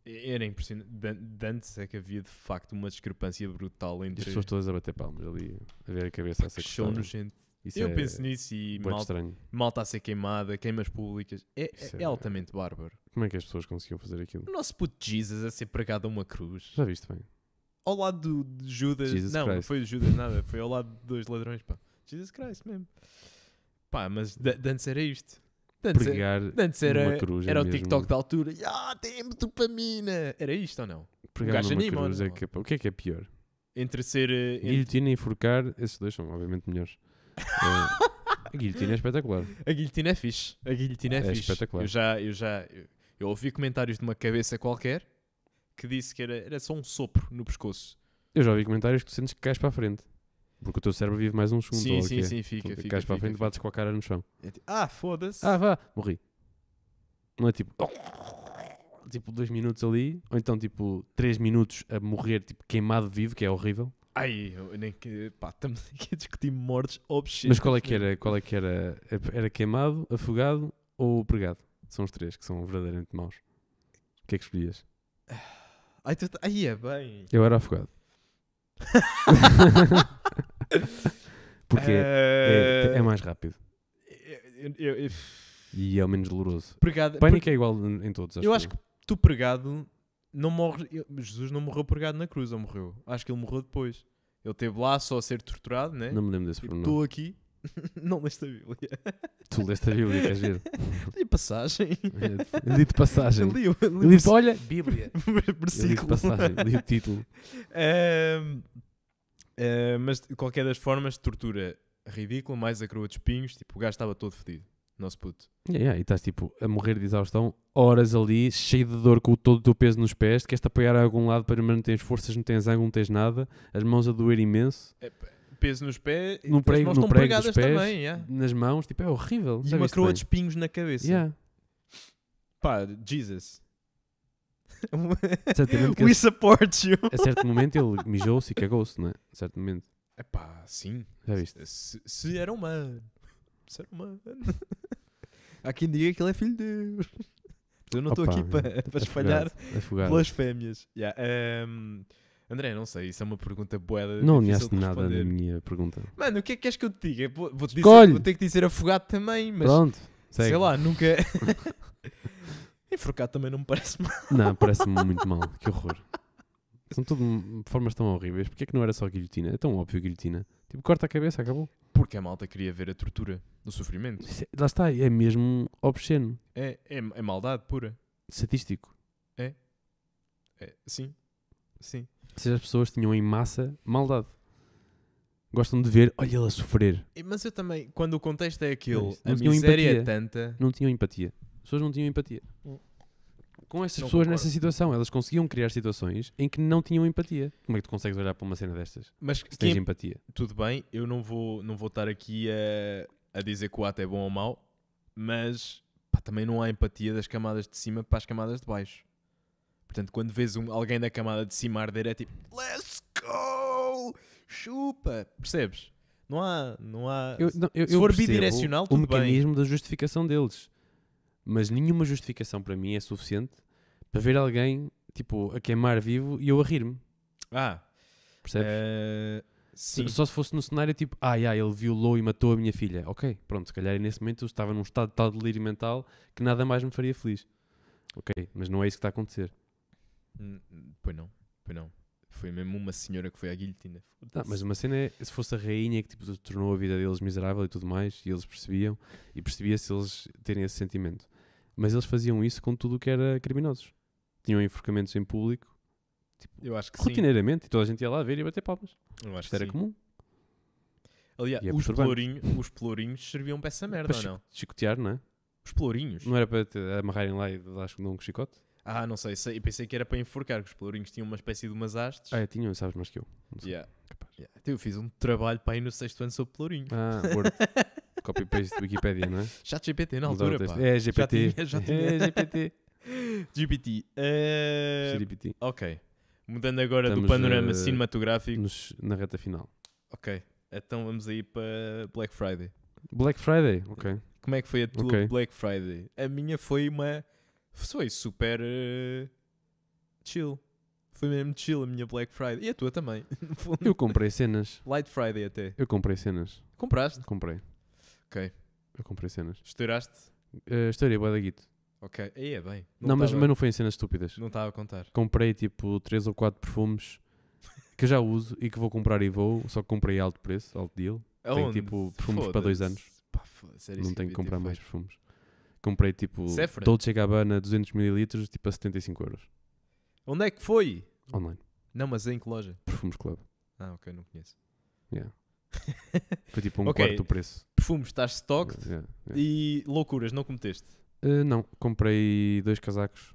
Speaker 1: Era impressionante. Dan- de Antes é que havia de facto uma discrepância brutal
Speaker 2: E as
Speaker 1: entre.
Speaker 2: pessoas todas a bater palmas ali, a ver a cabeça a ser
Speaker 1: que são
Speaker 2: cortada.
Speaker 1: nojento.
Speaker 2: Isso
Speaker 1: Eu
Speaker 2: é
Speaker 1: penso nisso e
Speaker 2: bué de
Speaker 1: malta
Speaker 2: estranho.
Speaker 1: mal a ser queimada, queimas públicas. É,
Speaker 2: Isso
Speaker 1: é,
Speaker 2: é-
Speaker 1: altamente bárbaro.
Speaker 2: Como é que as pessoas conseguiam fazer aquilo?
Speaker 1: O nosso puto Jesus a ser pregado a uma cruz.
Speaker 2: Já viste bem?
Speaker 1: Ao lado do de Judas.
Speaker 2: Jesus
Speaker 1: não, não
Speaker 2: Christ.
Speaker 1: foi o Judas nada. Foi ao lado de dois ladrões, pá. Jesus Christ mesmo. Pá, mas da- de antes era isto. De antes era-
Speaker 2: Pregar
Speaker 1: de antes era,
Speaker 2: numa cruz é
Speaker 1: era o
Speaker 2: mesmo-
Speaker 1: TikTok da altura. Ah, temos dopamina. Era isto ou não?
Speaker 2: pregar
Speaker 1: gajo
Speaker 2: numa
Speaker 1: anima,
Speaker 2: cruz é
Speaker 1: não?
Speaker 2: que, o que é que é pior?
Speaker 1: Entre ser. eh, entre-
Speaker 2: Guilhotina e enforcar, esses dois são obviamente melhores. Eh, a guilhotina é espetacular.
Speaker 1: A guilhotina é fixe. A guilhotina é,
Speaker 2: É
Speaker 1: fixe.
Speaker 2: espetacular.
Speaker 1: Eu já, eu já eu, eu ouvi comentários de uma cabeça qualquer que disse que era, era só um sopro no pescoço.
Speaker 2: Eu já ouvi comentários que tu sentes que cais para a frente. Porque o teu cérebro vive mais uns segundos.
Speaker 1: sim,
Speaker 2: ou o que
Speaker 1: sim,
Speaker 2: é.
Speaker 1: sim, fica,
Speaker 2: Então,
Speaker 1: fica.
Speaker 2: cais para a
Speaker 1: fica,
Speaker 2: frente,
Speaker 1: fica.
Speaker 2: bates com a cara no chão.
Speaker 1: É tipo, Ah, foda-se.
Speaker 2: Ah, vá, morri. Não é tipo. Tipo, dois minutos ali. Ou então, tipo, três minutos a morrer, tipo, queimado vivo, que é horrível.
Speaker 1: Ai, eu nem que. Pá, estamos aqui a discutir mortes obscenas.
Speaker 2: Mas qual é que era? Qual é que era? Era queimado, afogado ou pregado? São os três que são verdadeiramente maus. O que é que escolhias?
Speaker 1: Ai, tu- ai, é bem.
Speaker 2: Eu era afogado. Porque é, é- é mais rápido
Speaker 1: Ah, Eu, eu- eu-
Speaker 2: e é o menos doloroso.
Speaker 1: pregado.
Speaker 2: Pânico é igual em em todos.
Speaker 1: porque eu acho que tu pregado não morre. eu- Jesus não morreu pregado na cruz, ou morreu. Acho que ele morreu depois. Ele esteve lá só a ser torturado, né?
Speaker 2: Não me lembro desse
Speaker 1: Tipo,
Speaker 2: pormenor. é
Speaker 1: Estou aqui. não leste a Bíblia.
Speaker 2: Tu leste a Bíblia, queres ver?
Speaker 1: Li a passagem.
Speaker 2: É, Eu Li de passagem.
Speaker 1: Li, o-
Speaker 2: Eu
Speaker 1: li
Speaker 2: disse, olha, um Bíblia.
Speaker 1: o
Speaker 2: Eu li de
Speaker 1: versículo.
Speaker 2: passagem, li o título.
Speaker 1: Ahm, ah, É, mas de qualquer das formas, tortura ridícula, mais a coroa de espinhos. Tipo, o gajo estava todo fedido. Nosso puto.
Speaker 2: Yeah, yeah, e estás tipo a morrer de exaustão, horas ali, cheio de dor com todo o teu peso nos pés, queres-te apoiar a algum lado para mas não tens forças, não tens ângulo, não tens nada, as mãos a doer imenso,
Speaker 1: Peso nos pés. e
Speaker 2: no
Speaker 1: as
Speaker 2: prego,
Speaker 1: mãos
Speaker 2: no
Speaker 1: estão
Speaker 2: prego dos
Speaker 1: pregadas
Speaker 2: pés,
Speaker 1: também. yeah.
Speaker 2: nas mãos, tipo, é horrível.
Speaker 1: E
Speaker 2: já
Speaker 1: uma
Speaker 2: viste
Speaker 1: coroa
Speaker 2: bem?
Speaker 1: de espinhos na cabeça.
Speaker 2: Yeah,
Speaker 1: Pá, Jesus.
Speaker 2: certamente que
Speaker 1: We support you.
Speaker 2: a, a certo momento ele mijou-se e cagou-se, não é? A certo momento,
Speaker 1: Epá, É sim.
Speaker 2: já viste?
Speaker 1: É Se, se era humano. Se era humano. Há quem diga que ele é filho de Deus. Mas Eu não estou
Speaker 2: Opa,
Speaker 1: aqui para para espalhar
Speaker 2: Afogado, afogado.
Speaker 1: pelas fêmeas. Yeah, ehm, André, não sei, isso é uma pergunta boeda.
Speaker 2: Não
Speaker 1: difícil
Speaker 2: alinhaste
Speaker 1: de
Speaker 2: nada na
Speaker 1: responder.
Speaker 2: minha pergunta.
Speaker 1: Mano, o que é que queres que eu te diga? Vou, vou-te dizer,
Speaker 2: Escolhe.
Speaker 1: vou ter que dizer afogado também, mas
Speaker 2: Pronto, segue.
Speaker 1: sei lá, nunca. Enforcado também não me parece mal.
Speaker 2: Não, parece-me muito mal. Que horror. São tudo m- formas tão horríveis. Porquê é que não era só guilhotina? É tão óbvio guilhotina. Tipo, corta a cabeça, acabou.
Speaker 1: Porque a malta queria ver a tortura, o sofrimento.
Speaker 2: Isso é- Lá está, é mesmo obsceno.
Speaker 1: É, é, é maldade pura.
Speaker 2: Estatístico.
Speaker 1: É, sim. Sim.
Speaker 2: Ou seja, as pessoas tinham em massa maldade. Gostam de ver, olha ele a sofrer.
Speaker 1: E- Mas eu também, quando o contexto é aquele,
Speaker 2: Não
Speaker 1: a
Speaker 2: tinham
Speaker 1: miséria é
Speaker 2: empatia.
Speaker 1: tanta.
Speaker 2: Não tinham empatia. As pessoas não tinham empatia. Com estas
Speaker 1: Hum. Não
Speaker 2: pessoas
Speaker 1: concordo.
Speaker 2: nessa situação, elas conseguiam criar situações em que não tinham empatia. Como é que tu consegues olhar para uma cena destas?
Speaker 1: Mas que
Speaker 2: Se tens
Speaker 1: em-
Speaker 2: empatia.
Speaker 1: tudo bem, eu não vou, não vou estar aqui a, a dizer que o ato é bom ou mau, mas pá, também não há empatia das camadas de cima para as camadas de baixo. Portanto, quando vês um, alguém da camada de cima arder, é tipo, let's go! Chupa! Percebes? Não há. Não há...
Speaker 2: Eu, não, eu-
Speaker 1: Se
Speaker 2: eu
Speaker 1: for
Speaker 2: percebo
Speaker 1: bidirecional,
Speaker 2: o
Speaker 1: tudo bem.
Speaker 2: mecanismo da justificação deles. Mas nenhuma justificação para mim é suficiente para ver alguém, tipo, a queimar vivo e eu a rir-me.
Speaker 1: Ah,
Speaker 2: Percebes?
Speaker 1: eh,
Speaker 2: Se-
Speaker 1: sim.
Speaker 2: Só se fosse no cenário tipo, ah, yeah, ele violou e matou a minha filha. Ok, pronto, se calhar nesse momento eu estava num estado de tal delírio mental que nada mais me faria feliz. Ok, mas não é isso que está a acontecer.
Speaker 1: Hum, Pois não, pois não. Foi mesmo uma senhora que foi à guilhotina.
Speaker 2: Tá, mas uma cena é, se fosse a rainha que tipo, tornou a vida deles miserável e tudo mais, e eles percebiam, e percebia-se eles terem esse sentimento. Mas eles faziam isso com tudo o que era criminosos. Tinham enforcamentos em público,
Speaker 1: Eu acho que
Speaker 2: rotineiramente, e toda a gente ia lá ver e bater palmas.
Speaker 1: sim. Eu acho
Speaker 2: Isto
Speaker 1: que
Speaker 2: era
Speaker 1: sim.
Speaker 2: comum.
Speaker 1: Aliás,
Speaker 2: E é
Speaker 1: os,
Speaker 2: perturbante.
Speaker 1: pelourinho, os pelourinhos serviam para essa É merda,
Speaker 2: para
Speaker 1: ou
Speaker 2: chi-
Speaker 1: não?
Speaker 2: chicotear, não é?
Speaker 1: Os pelourinhos?
Speaker 2: Não é? era para te amarrarem lá e dar um chicote?
Speaker 1: Ah, não sei, sei. Eu pensei que era para enforcar, que os pelourinhos tinham uma espécie de umas hastes.
Speaker 2: Ah, é, tinham, sabes mais que eu. não sei.
Speaker 1: Yeah.
Speaker 2: Capaz.
Speaker 1: Yeah. Então eu fiz um trabalho para ir no sexto ano sobre pelourinho.
Speaker 2: Ah, Word. Copy-paste de Wikipédia, não é?
Speaker 1: Chat GPT na
Speaker 2: Mudar o
Speaker 1: altura,
Speaker 2: texto.
Speaker 1: pá.
Speaker 2: É, GPT.
Speaker 1: tinha, já
Speaker 2: É,
Speaker 1: tinha.
Speaker 2: GPT. É.
Speaker 1: GPT. Eh,
Speaker 2: GPT.
Speaker 1: Ok. Mudando agora do
Speaker 2: Estamos,
Speaker 1: panorama
Speaker 2: eh,
Speaker 1: cinematográfico.
Speaker 2: Nos- na reta final.
Speaker 1: Ok. Então vamos aí para Black Friday.
Speaker 2: Black Friday, ok.
Speaker 1: Como é que foi a tua
Speaker 2: Ok.
Speaker 1: Black Friday? A minha foi uma. Foi super. eh, chill. Foi mesmo chill a minha Black Friday. E a tua também. no fundo.
Speaker 2: Eu comprei cenas.
Speaker 1: Light Friday até.
Speaker 2: Eu comprei cenas.
Speaker 1: Compraste?
Speaker 2: Comprei.
Speaker 1: Ok.
Speaker 2: Eu comprei cenas.
Speaker 1: Estouraste?
Speaker 2: Uh, história boa da Guito.
Speaker 1: Ok. Aí é bem.
Speaker 2: Não, mas,
Speaker 1: tava-
Speaker 2: mas não foi em cenas estúpidas.
Speaker 1: Não estava a contar.
Speaker 2: Comprei tipo 3 ou 4 perfumes que eu já uso e que vou comprar e vou, só que comprei a alto preço, alto deal.
Speaker 1: Aonde?
Speaker 2: tipo, perfumes para dois anos.
Speaker 1: Foda-se. Pá, foda-se, era isso
Speaker 2: não tenho
Speaker 1: eu devia ter
Speaker 2: que comprar mais
Speaker 1: feito.
Speaker 2: perfumes. Comprei tipo
Speaker 1: Sephora?
Speaker 2: Dolce Gabbana 200ml, tipo a 75 euros.
Speaker 1: Onde é que foi?
Speaker 2: Online.
Speaker 1: Não, mas em que loja?
Speaker 2: Perfumes Club.
Speaker 1: Ah, ok, não conheço.
Speaker 2: Yeah. Foi tipo um
Speaker 1: Ok.
Speaker 2: quarto do preço.
Speaker 1: Perfumes, estás stocked
Speaker 2: Yeah, yeah.
Speaker 1: e loucuras, não cometeste.
Speaker 2: Uh, não, comprei dois casacos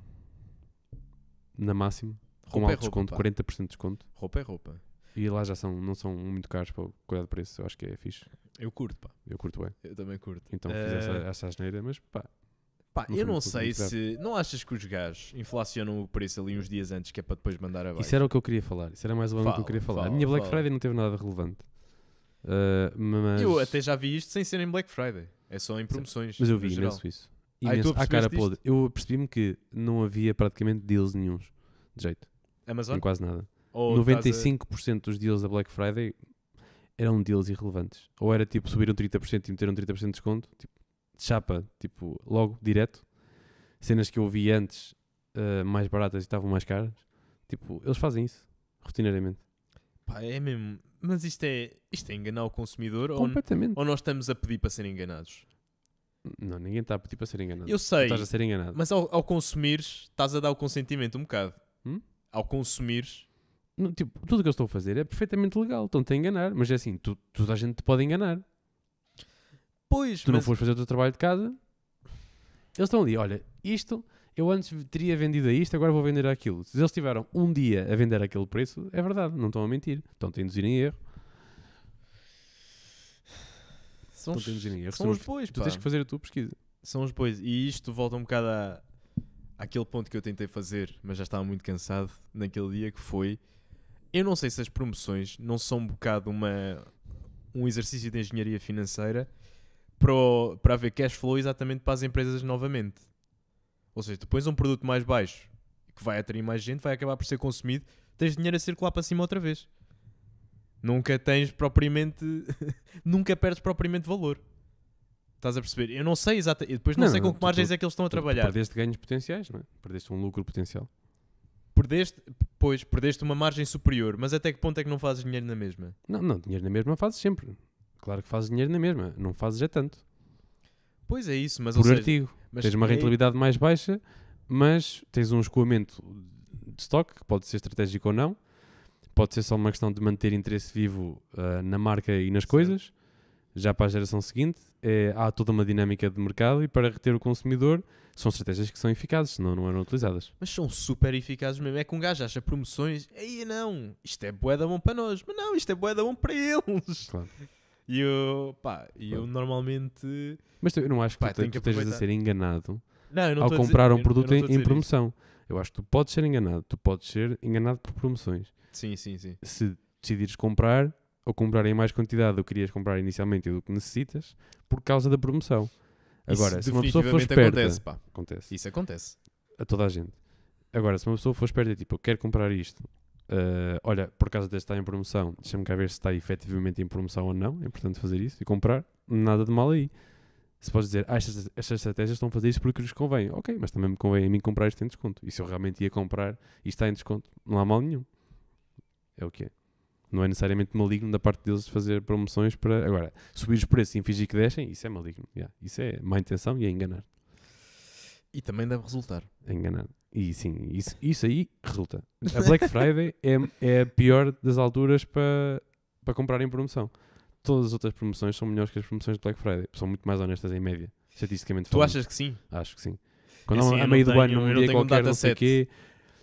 Speaker 2: na máximo, com
Speaker 1: Roupa é
Speaker 2: alto
Speaker 1: roupa.
Speaker 2: desconto,
Speaker 1: pá.
Speaker 2: 40% de desconto.
Speaker 1: Roupa é roupa.
Speaker 2: E lá já são, não são muito caros para o cuidado de preço, eu acho que é fixe.
Speaker 1: Eu curto, pá.
Speaker 2: Eu curto bem.
Speaker 1: Eu também curto.
Speaker 2: Então fiz
Speaker 1: Eh,
Speaker 2: essa, essa asneira, mas pá,
Speaker 1: Pá,
Speaker 2: Não
Speaker 1: eu
Speaker 2: foi um
Speaker 1: não
Speaker 2: muito
Speaker 1: sei
Speaker 2: complicado.
Speaker 1: se. Não achas que os gajos inflacionam o preço ali uns dias antes que é para depois mandar abaixo?
Speaker 2: Isso era o que eu queria falar. Isso era mais o ano que eu
Speaker 1: Fala,
Speaker 2: queria falar. a
Speaker 1: fala,
Speaker 2: minha Black
Speaker 1: fala.
Speaker 2: Friday não teve nada relevante. Ah, mas,
Speaker 1: Eu até já vi isto sem ser em Black Friday. É só em promoções.
Speaker 2: mas eu
Speaker 1: no
Speaker 2: vi
Speaker 1: geral.
Speaker 2: imenso isso.
Speaker 1: Ah, e tu
Speaker 2: Imenso. à cara
Speaker 1: apercebeste disto?
Speaker 2: podre. Eu percebi-me que não havia praticamente deals nenhuns. De jeito.
Speaker 1: Amazon?
Speaker 2: Em quase nada.
Speaker 1: Ou estás a-
Speaker 2: 95% dos deals da Black Friday eram deals irrelevantes. Ou era tipo subiram 30% e meteram 30% de desconto. Tipo, chapa, tipo, logo, direto. Cenas que eu vi antes ah, mais baratas e estavam mais caras. Tipo, eles fazem isso. Rotineiramente.
Speaker 1: Pá, é mesmo. Mas isto é, isto é enganar o consumidor ou,
Speaker 2: Completamente.
Speaker 1: ou nós estamos a pedir para ser enganados?
Speaker 2: Não, ninguém está a pedir para ser enganado.
Speaker 1: Eu
Speaker 2: Tu
Speaker 1: sei,
Speaker 2: Estás a ser enganado.
Speaker 1: mas ao, ao consumires, estás a dar o consentimento um bocado.
Speaker 2: Hum?
Speaker 1: Ao consumires,
Speaker 2: Não, tipo, tudo o que eu estou a fazer é perfeitamente legal. Estão-te a enganar. Mas é assim, tu, toda a gente te pode enganar.
Speaker 1: pois,
Speaker 2: Tu não
Speaker 1: mas,
Speaker 2: fores fazer o teu trabalho de casa. Eles estão ali, olha, isto eu antes teria vendido a isto, agora vou vender aquilo. Se eles tiveram um dia a vender aquele preço, é verdade, não estão a mentir. Estão-te a induzir em erro.
Speaker 1: são,
Speaker 2: Não temos
Speaker 1: os,
Speaker 2: dinheiro,
Speaker 1: são
Speaker 2: somos-
Speaker 1: os bois,
Speaker 2: Tu
Speaker 1: pá.
Speaker 2: tens que fazer a tua pesquisa.
Speaker 1: São os bois. E isto volta um bocado à, àquele ponto que eu tentei fazer, mas já estava muito cansado naquele dia, que foi... Eu não sei se as promoções não são um bocado uma, um exercício de engenharia financeira para, o- para haver cash flow exatamente para as empresas novamente. Ou seja, tu pões um produto mais baixo que vai atrair mais gente, vai acabar por ser consumido, tens dinheiro a circular para cima outra vez. Nunca tens propriamente. nunca perdes propriamente valor. Estás a perceber? Eu não sei exatamente. Eu depois não,
Speaker 2: Não,
Speaker 1: sei
Speaker 2: não,
Speaker 1: com que
Speaker 2: tu-
Speaker 1: margens
Speaker 2: tu-
Speaker 1: é que eles estão a
Speaker 2: Tu- tu
Speaker 1: trabalhar.
Speaker 2: Perdeste ganhos potenciais, não é? Perdeste um lucro potencial.
Speaker 1: Perdeste, pois, perdeste uma margem superior, mas até que ponto é que não fazes dinheiro na mesma?
Speaker 2: Não, não, dinheiro na mesma fazes sempre. Claro que fazes dinheiro na mesma, não fazes já tanto.
Speaker 1: Pois é isso, mas ou
Speaker 2: por
Speaker 1: seja,
Speaker 2: artigo.
Speaker 1: mas
Speaker 2: tens uma
Speaker 1: é-
Speaker 2: rentabilidade mais baixa, mas tens um escoamento de estoque, que pode ser estratégico ou não, pode ser só uma questão de manter interesse vivo ah, na marca e nas
Speaker 1: Certo.
Speaker 2: coisas, já para a geração seguinte, é, há toda uma dinâmica de mercado e para reter o consumidor são estratégias que são eficazes, senão não eram utilizadas.
Speaker 1: Mas são super eficazes mesmo. É que um gajo acha promoções, aí não, isto é bué da bom para nós, mas não, isto é bué da bom para eles.
Speaker 2: Claro.
Speaker 1: E eu, pá, e eu normalmente.
Speaker 2: Mas tu- eu não acho que
Speaker 1: Pá,
Speaker 2: tu, te-
Speaker 1: tem que
Speaker 2: tu estejas a
Speaker 1: aproveitar.
Speaker 2: ser enganado
Speaker 1: Não, eu não
Speaker 2: ao
Speaker 1: estou a dizer-
Speaker 2: comprar
Speaker 1: eu-
Speaker 2: um
Speaker 1: eu
Speaker 2: produto
Speaker 1: não
Speaker 2: em,
Speaker 1: estou a
Speaker 2: em
Speaker 1: dizer
Speaker 2: promoção. Eu acho que tu podes ser enganado, tu podes ser enganado por promoções.
Speaker 1: isto. Sim, sim, sim.
Speaker 2: se decidires comprar ou comprar em mais quantidade do que querias comprar inicialmente e do que necessitas por causa da promoção.
Speaker 1: Isso
Speaker 2: Agora, se uma pessoa for
Speaker 1: definitivamente
Speaker 2: esperta,
Speaker 1: acontece, pá.
Speaker 2: acontece
Speaker 1: Isso acontece.
Speaker 2: a toda a gente. Agora, se uma pessoa for esperta, tipo, eu quero comprar isto, ah, olha, por causa deste está em promoção, deixa-me cá ver se está efetivamente em promoção ou não, é importante fazer isso e comprar, nada de mal aí. Se podes dizer, ah, estas, estas estratégias estão a fazer isto porque lhes convém, ok, mas também me convém a mim comprar isto em desconto. E se eu realmente ia comprar e está em desconto, não há mal nenhum. É o que é. Não é necessariamente maligno da parte deles fazer promoções para. Agora, subir os preços e fingir que deixem, isso é maligno. yeah. Isso é má intenção e é enganar
Speaker 1: E também deve resultar.
Speaker 2: enganado. E sim, isso, isso aí resulta. A Black Friday é, é a pior das alturas para para comprar em promoção. Todas as outras promoções são melhores que as promoções de Black Friday. São muito mais honestas em média, estatisticamente
Speaker 1: Tu
Speaker 2: falando.
Speaker 1: achas que sim?
Speaker 2: Acho que sim. Quando
Speaker 1: Assim,
Speaker 2: há-
Speaker 1: eu
Speaker 2: a
Speaker 1: não
Speaker 2: meio do
Speaker 1: tenho-
Speaker 2: ano,
Speaker 1: eu
Speaker 2: num
Speaker 1: não
Speaker 2: dia
Speaker 1: tenho um
Speaker 2: qualquer, não sei o
Speaker 1: dataset.
Speaker 2: quê.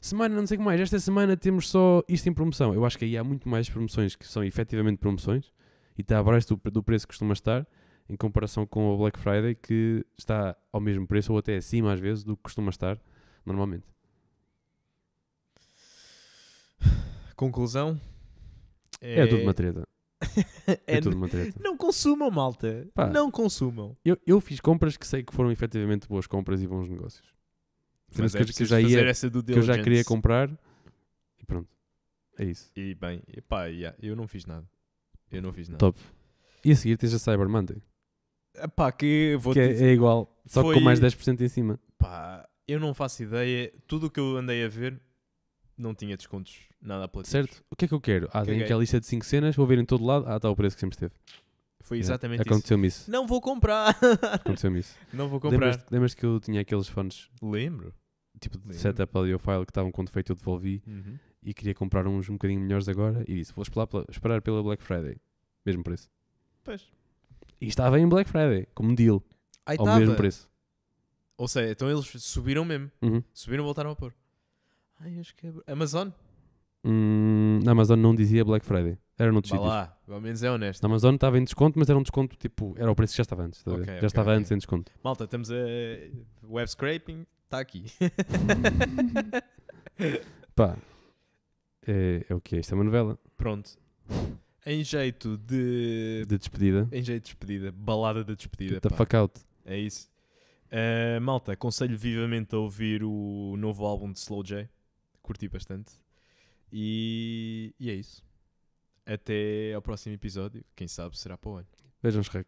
Speaker 2: Semana, não sei o que mais. Esta semana temos só isto em promoção. Eu acho que aí há muito mais promoções que são efetivamente promoções e está abaixo do, do preço que costuma estar em comparação com o Black Friday que está ao mesmo preço ou até acima às vezes do que costuma estar normalmente.
Speaker 1: Conclusão?
Speaker 2: É, tudo uma treta. É,
Speaker 1: é-
Speaker 2: tudo uma treta.
Speaker 1: Não consumam, malta.
Speaker 2: Pá.
Speaker 1: Não consumam.
Speaker 2: Eu, eu fiz compras que sei que foram efetivamente boas compras e bons negócios. Cenas
Speaker 1: Mas é
Speaker 2: que, eu- que eu
Speaker 1: preciso
Speaker 2: já
Speaker 1: fazer
Speaker 2: ia,
Speaker 1: essa do
Speaker 2: que eu já queria
Speaker 1: diligence.
Speaker 2: comprar e pronto. É isso.
Speaker 1: E bem, e pá, yeah, eu não fiz nada. Eu não fiz nada.
Speaker 2: Top. E a seguir tens a Cyber Monday.
Speaker 1: Ah, Pá, que vou
Speaker 2: que
Speaker 1: te
Speaker 2: é,
Speaker 1: dizer,
Speaker 2: é igual, só que
Speaker 1: Foi-
Speaker 2: com mais 10% em cima.
Speaker 1: pá, eu não faço ideia. Tudo o que eu andei a ver não tinha descontos nada apelativos.
Speaker 2: Certo? O que é que eu quero? Ah, tenho
Speaker 1: Caguei.
Speaker 2: aqui a lista de 5 cenas, vou ver em todo lado. Ah, está o preço que sempre esteve.
Speaker 1: Foi
Speaker 2: É,
Speaker 1: exatamente isso.
Speaker 2: Aconteceu-me isso.
Speaker 1: Não vou comprar.
Speaker 2: Aconteceu-me isso.
Speaker 1: não vou comprar.
Speaker 2: Lembras-te lembras-te que eu tinha aqueles fones
Speaker 1: Lembro.
Speaker 2: tipo de
Speaker 1: Lembro.
Speaker 2: setup audio file que estavam com defeito, eu devolvi
Speaker 1: Uhum.
Speaker 2: e queria comprar uns um bocadinho melhores agora e disse, vou esperar pela, esperar pela Black Friday. Mesmo preço.
Speaker 1: Pois.
Speaker 2: E estava em Black Friday, como deal,
Speaker 1: Aí
Speaker 2: ao
Speaker 1: tava.
Speaker 2: mesmo preço.
Speaker 1: Ou seja, então eles subiram mesmo.
Speaker 2: Uhum.
Speaker 1: Subiram e voltaram a pôr. Ai, eu esquebro. é Amazon?
Speaker 2: Hum, na Amazon não dizia Black Friday. Era noutros
Speaker 1: Vá
Speaker 2: sítios.
Speaker 1: lá, ao menos é honesto.
Speaker 2: Na Amazon estava em desconto, mas era um desconto tipo. Era o preço que já estava antes. estás a ver?
Speaker 1: Ok,
Speaker 2: já
Speaker 1: ok,
Speaker 2: estava
Speaker 1: ok.
Speaker 2: antes em desconto.
Speaker 1: Malta, estamos a. Web scraping, está aqui.
Speaker 2: Pá. É, é o que é. Isto é uma novela
Speaker 1: Pronto. Em jeito de.
Speaker 2: de despedida.
Speaker 1: Em jeito de despedida, balada da despedida.
Speaker 2: Get the
Speaker 1: pá.
Speaker 2: fuck out.
Speaker 1: É isso. Uh, malta, aconselho vivamente a ouvir o novo álbum de Slow J. Curti bastante. E, e é isso. Até ao próximo episódio. Quem sabe será para o ano.
Speaker 2: Vejam, Shrek.